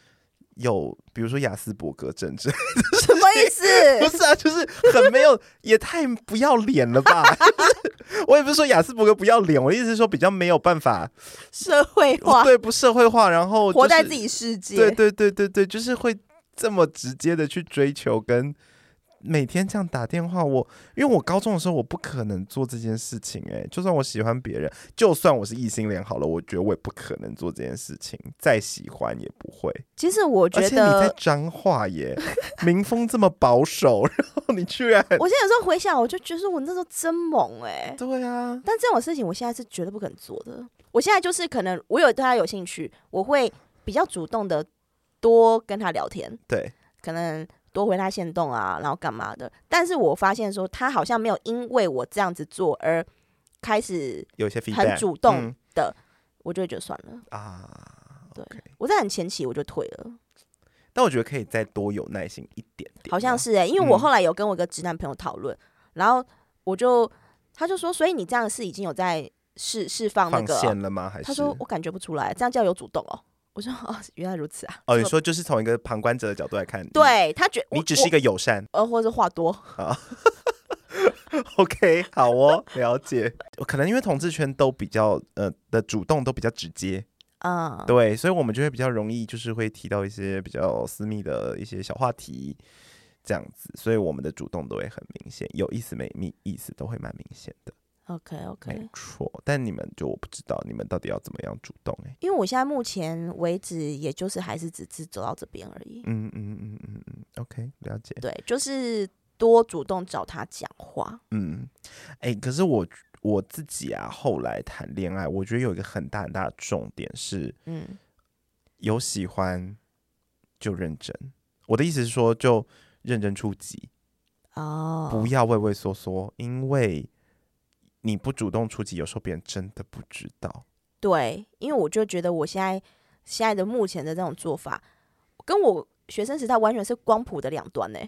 Speaker 1: 有比如说雅斯伯格症之类，
Speaker 2: 什么意 思？
Speaker 1: 不是啊，就是很没有， 也太不要脸了吧？ 就是我也不是说雅斯伯格不要脸，我的意思是说比较没有办法
Speaker 2: 社会化，
Speaker 1: 对不社会化，然后、就是、
Speaker 2: 活在自己世界。
Speaker 1: 对对对对对，就是会这么直接的去追求跟每天这样打电话，我因为我高中的时候我不可能做这件事情、欸，诶，就算我喜欢别人，就算我是异性恋好了，我觉得我也不可能做这件事情，再喜欢也不会。
Speaker 2: 其实我
Speaker 1: 而
Speaker 2: 觉
Speaker 1: 且你在
Speaker 2: 得，
Speaker 1: 彰化耶，民风这么保守， 然后你居 然
Speaker 2: 我现在有时候回想，我就觉得我那时候真猛哎、
Speaker 1: 对啊，
Speaker 2: 但这种事情我现在是绝对不可能做的。我现在就是可能我有对他有兴趣，我会比较主动的多跟他聊天，
Speaker 1: 对，
Speaker 2: 可能多回他线动啊，然后干嘛的。但是我发现说他好像没有因为我这样子做而开始，
Speaker 1: 有一些 feedback
Speaker 2: 主动
Speaker 1: 嗯
Speaker 2: 我就会觉得算了。
Speaker 1: 啊。
Speaker 2: 对
Speaker 1: OK
Speaker 2: 我在很前期我就退了，
Speaker 1: 但我觉得可以再多有耐心一点点啊，
Speaker 2: 好像是哎、因为我
Speaker 1: 嗯
Speaker 2: 后来有跟我一个直男朋友讨论，然后我就他就说，所以你这样是已经有在释释放那
Speaker 1: 放
Speaker 2: 个啊
Speaker 1: 线了吗？还是
Speaker 2: 他说我感觉不出来，这样叫有主动哦。我说哦，原来如此啊。
Speaker 1: 哦，你说就是从一个旁观者的角度来看，，
Speaker 2: 对他觉
Speaker 1: 嗯你
Speaker 2: 我
Speaker 1: 只是一个友善。
Speaker 2: 我呃，或者是话多，
Speaker 1: OK，好哦，了解。可能因为同志圈都比较呃的主动都比较直接，
Speaker 2: 嗯，
Speaker 1: 对，所以我们就会比较容易就是会提到一些比较私密的一些小话题，这样子，所以我们的主动都会很明显，有意思没意意思都会蛮明显的，
Speaker 2: ，OK OK，
Speaker 1: 没错。但你们就我不知道你们到底要怎么样主动哎、欸
Speaker 2: 因为我现在目前为止，也就是还是只是走到这边而已。
Speaker 1: 嗯嗯嗯嗯嗯，OK，了解。
Speaker 2: 对，就是多主动找他讲话。
Speaker 1: 嗯，哎、可是我我自己啊，后来谈恋爱，我觉得有一个很大很大的重点是，
Speaker 2: 嗯，
Speaker 1: 有喜欢就认真。我的意思是说，就认真出击，
Speaker 2: 哦
Speaker 1: 不，要畏畏缩缩，因为你不主动出击，有时候别人真的不知道。
Speaker 2: 对，因为我就觉得我现在现在的目前的这种做法，跟我学生时代完全是光谱的两端呢、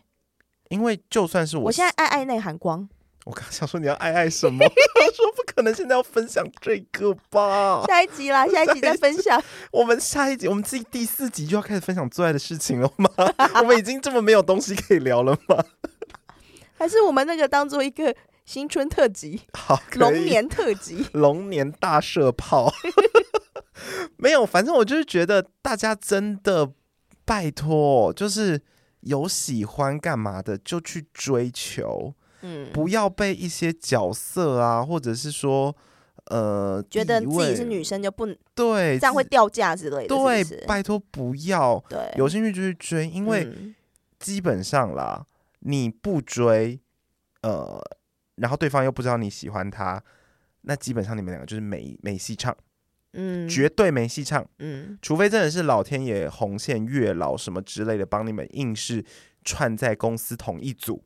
Speaker 1: 因为就算是我，
Speaker 2: 我现在爱爱内涵光，
Speaker 1: 我刚想说你要爱爱什么， 我想说不可能现在要分享这个吧。
Speaker 2: 下一集啦，下一集再分 享。
Speaker 1: 我们下一集，我们自己第四集就要开始分享最爱的事情了吗？ 我们已经这么没有东西可以聊了吗？
Speaker 2: 还是我们那个当做一个新春特辑、
Speaker 1: 好，可
Speaker 2: 龙
Speaker 1: 以
Speaker 2: 年特辑。
Speaker 1: 龙年大射 炮，没有，反正我就是觉得大家真的拜托，就是有喜欢干嘛的就去追求，
Speaker 2: 嗯，
Speaker 1: 不要被一些角色啊，或者是说呃，
Speaker 2: 觉得
Speaker 1: 地
Speaker 2: 自己
Speaker 1: 位
Speaker 2: 是女生就不
Speaker 1: 对，
Speaker 2: 这样会
Speaker 1: 自
Speaker 2: 掉价之类的，
Speaker 1: 对
Speaker 2: 是不是，
Speaker 1: 拜托不要，
Speaker 2: 对，
Speaker 1: 有兴趣就去追，因为
Speaker 2: 嗯
Speaker 1: 基本上啦，你不追，呃，然后对方又不知道你喜欢他，那基本上你们两个就是没没戏唱。
Speaker 2: 嗯
Speaker 1: 绝对没戏唱，
Speaker 2: 嗯
Speaker 1: 除非真的是老天爷红线月老什么之类的，帮你们硬是串在公司同一组，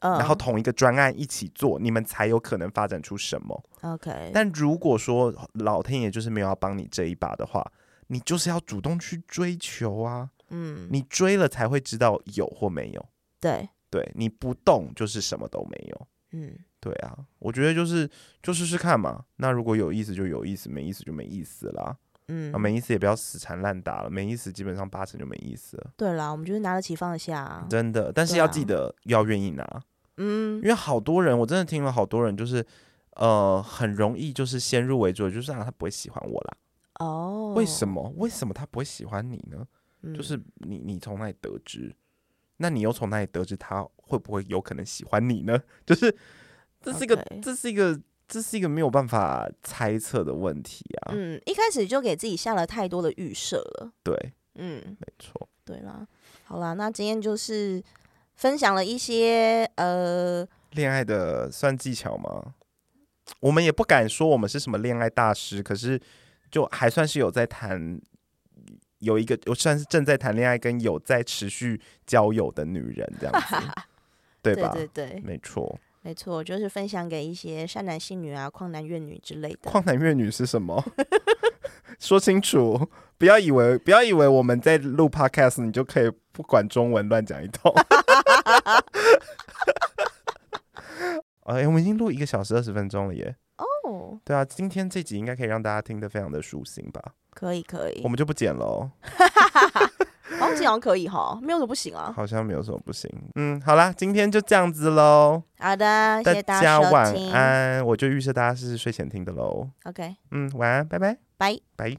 Speaker 2: 嗯，
Speaker 1: 然后同一个专案一起做，你们才有可能发展出什么。
Speaker 2: OK，
Speaker 1: 但如果说老天爷就是没有要帮你这一把的话，你就是要主动去追求啊，
Speaker 2: 嗯
Speaker 1: 你追了才会知道有或没有。
Speaker 2: 对
Speaker 1: 对你不动就是什么都没有。
Speaker 2: 嗯
Speaker 1: 对啊，我觉得就是就试试看嘛。那如果有意思就有意思，没意思就没意思啦。啊，
Speaker 2: 嗯，
Speaker 1: 没意思也不要死缠烂打了，没意思基本上八成就没意思了，
Speaker 2: 对啦，我们就是拿得起放得下啊，
Speaker 1: 真的。但是
Speaker 2: 对
Speaker 1: 要
Speaker 2: 啊
Speaker 1: 记得要愿意拿，
Speaker 2: 嗯
Speaker 1: 因为好多人我真的听了好多人就是。呃，很容易就是先入为主，就是啊，他不会喜欢我啦。
Speaker 2: 哦，
Speaker 1: 为什么？为什么他不会喜欢你呢？
Speaker 2: 嗯？
Speaker 1: 就是你，你从哪里得知？那你又从哪里得知他会不会有可能喜欢你呢？ 就是这是一个
Speaker 2: OK
Speaker 1: 这是一个，这是一个没有办法猜测的问题啊。
Speaker 2: 嗯，一开始就给自己下了太多的预设了，
Speaker 1: 对，
Speaker 2: 嗯，
Speaker 1: 没错。
Speaker 2: 对啦，好啦，那今天就是分享了一些呃，
Speaker 1: 恋爱的算技巧吗？我们也不敢说我们是什么恋爱大师，可是就还算是有在谈，有一个我算是正在谈恋爱跟有在持续交友的女人这样 子，对
Speaker 2: 对
Speaker 1: 吧？
Speaker 2: 对对，
Speaker 1: 没错，
Speaker 2: 没错，就是分享给一些善男信女啊、旷男怨女之类的。
Speaker 1: 旷男怨女是什么？ 说清楚，不要以为不要以为我们在录 podcast，你就可以不管中文乱讲一通。 哎、我们已经录一个小时二十分钟了耶。
Speaker 2: 哦，
Speaker 1: 对啊，今天这集应该可以让大家听得非常的舒心吧？
Speaker 2: 可以可以
Speaker 1: 我，们就不剪了哦，
Speaker 2: 好像这样可以哈，没有什么不行啊。
Speaker 1: 好像没有什么不行。嗯，好啦，今天就这样子喽，
Speaker 2: 好的，谢谢大
Speaker 1: 家
Speaker 2: 家
Speaker 1: 晚
Speaker 2: 收听。
Speaker 1: 安。我就预设大家是睡前听的喽。
Speaker 2: OK，
Speaker 1: 嗯，晚安，拜拜。
Speaker 2: 拜。
Speaker 1: 拜。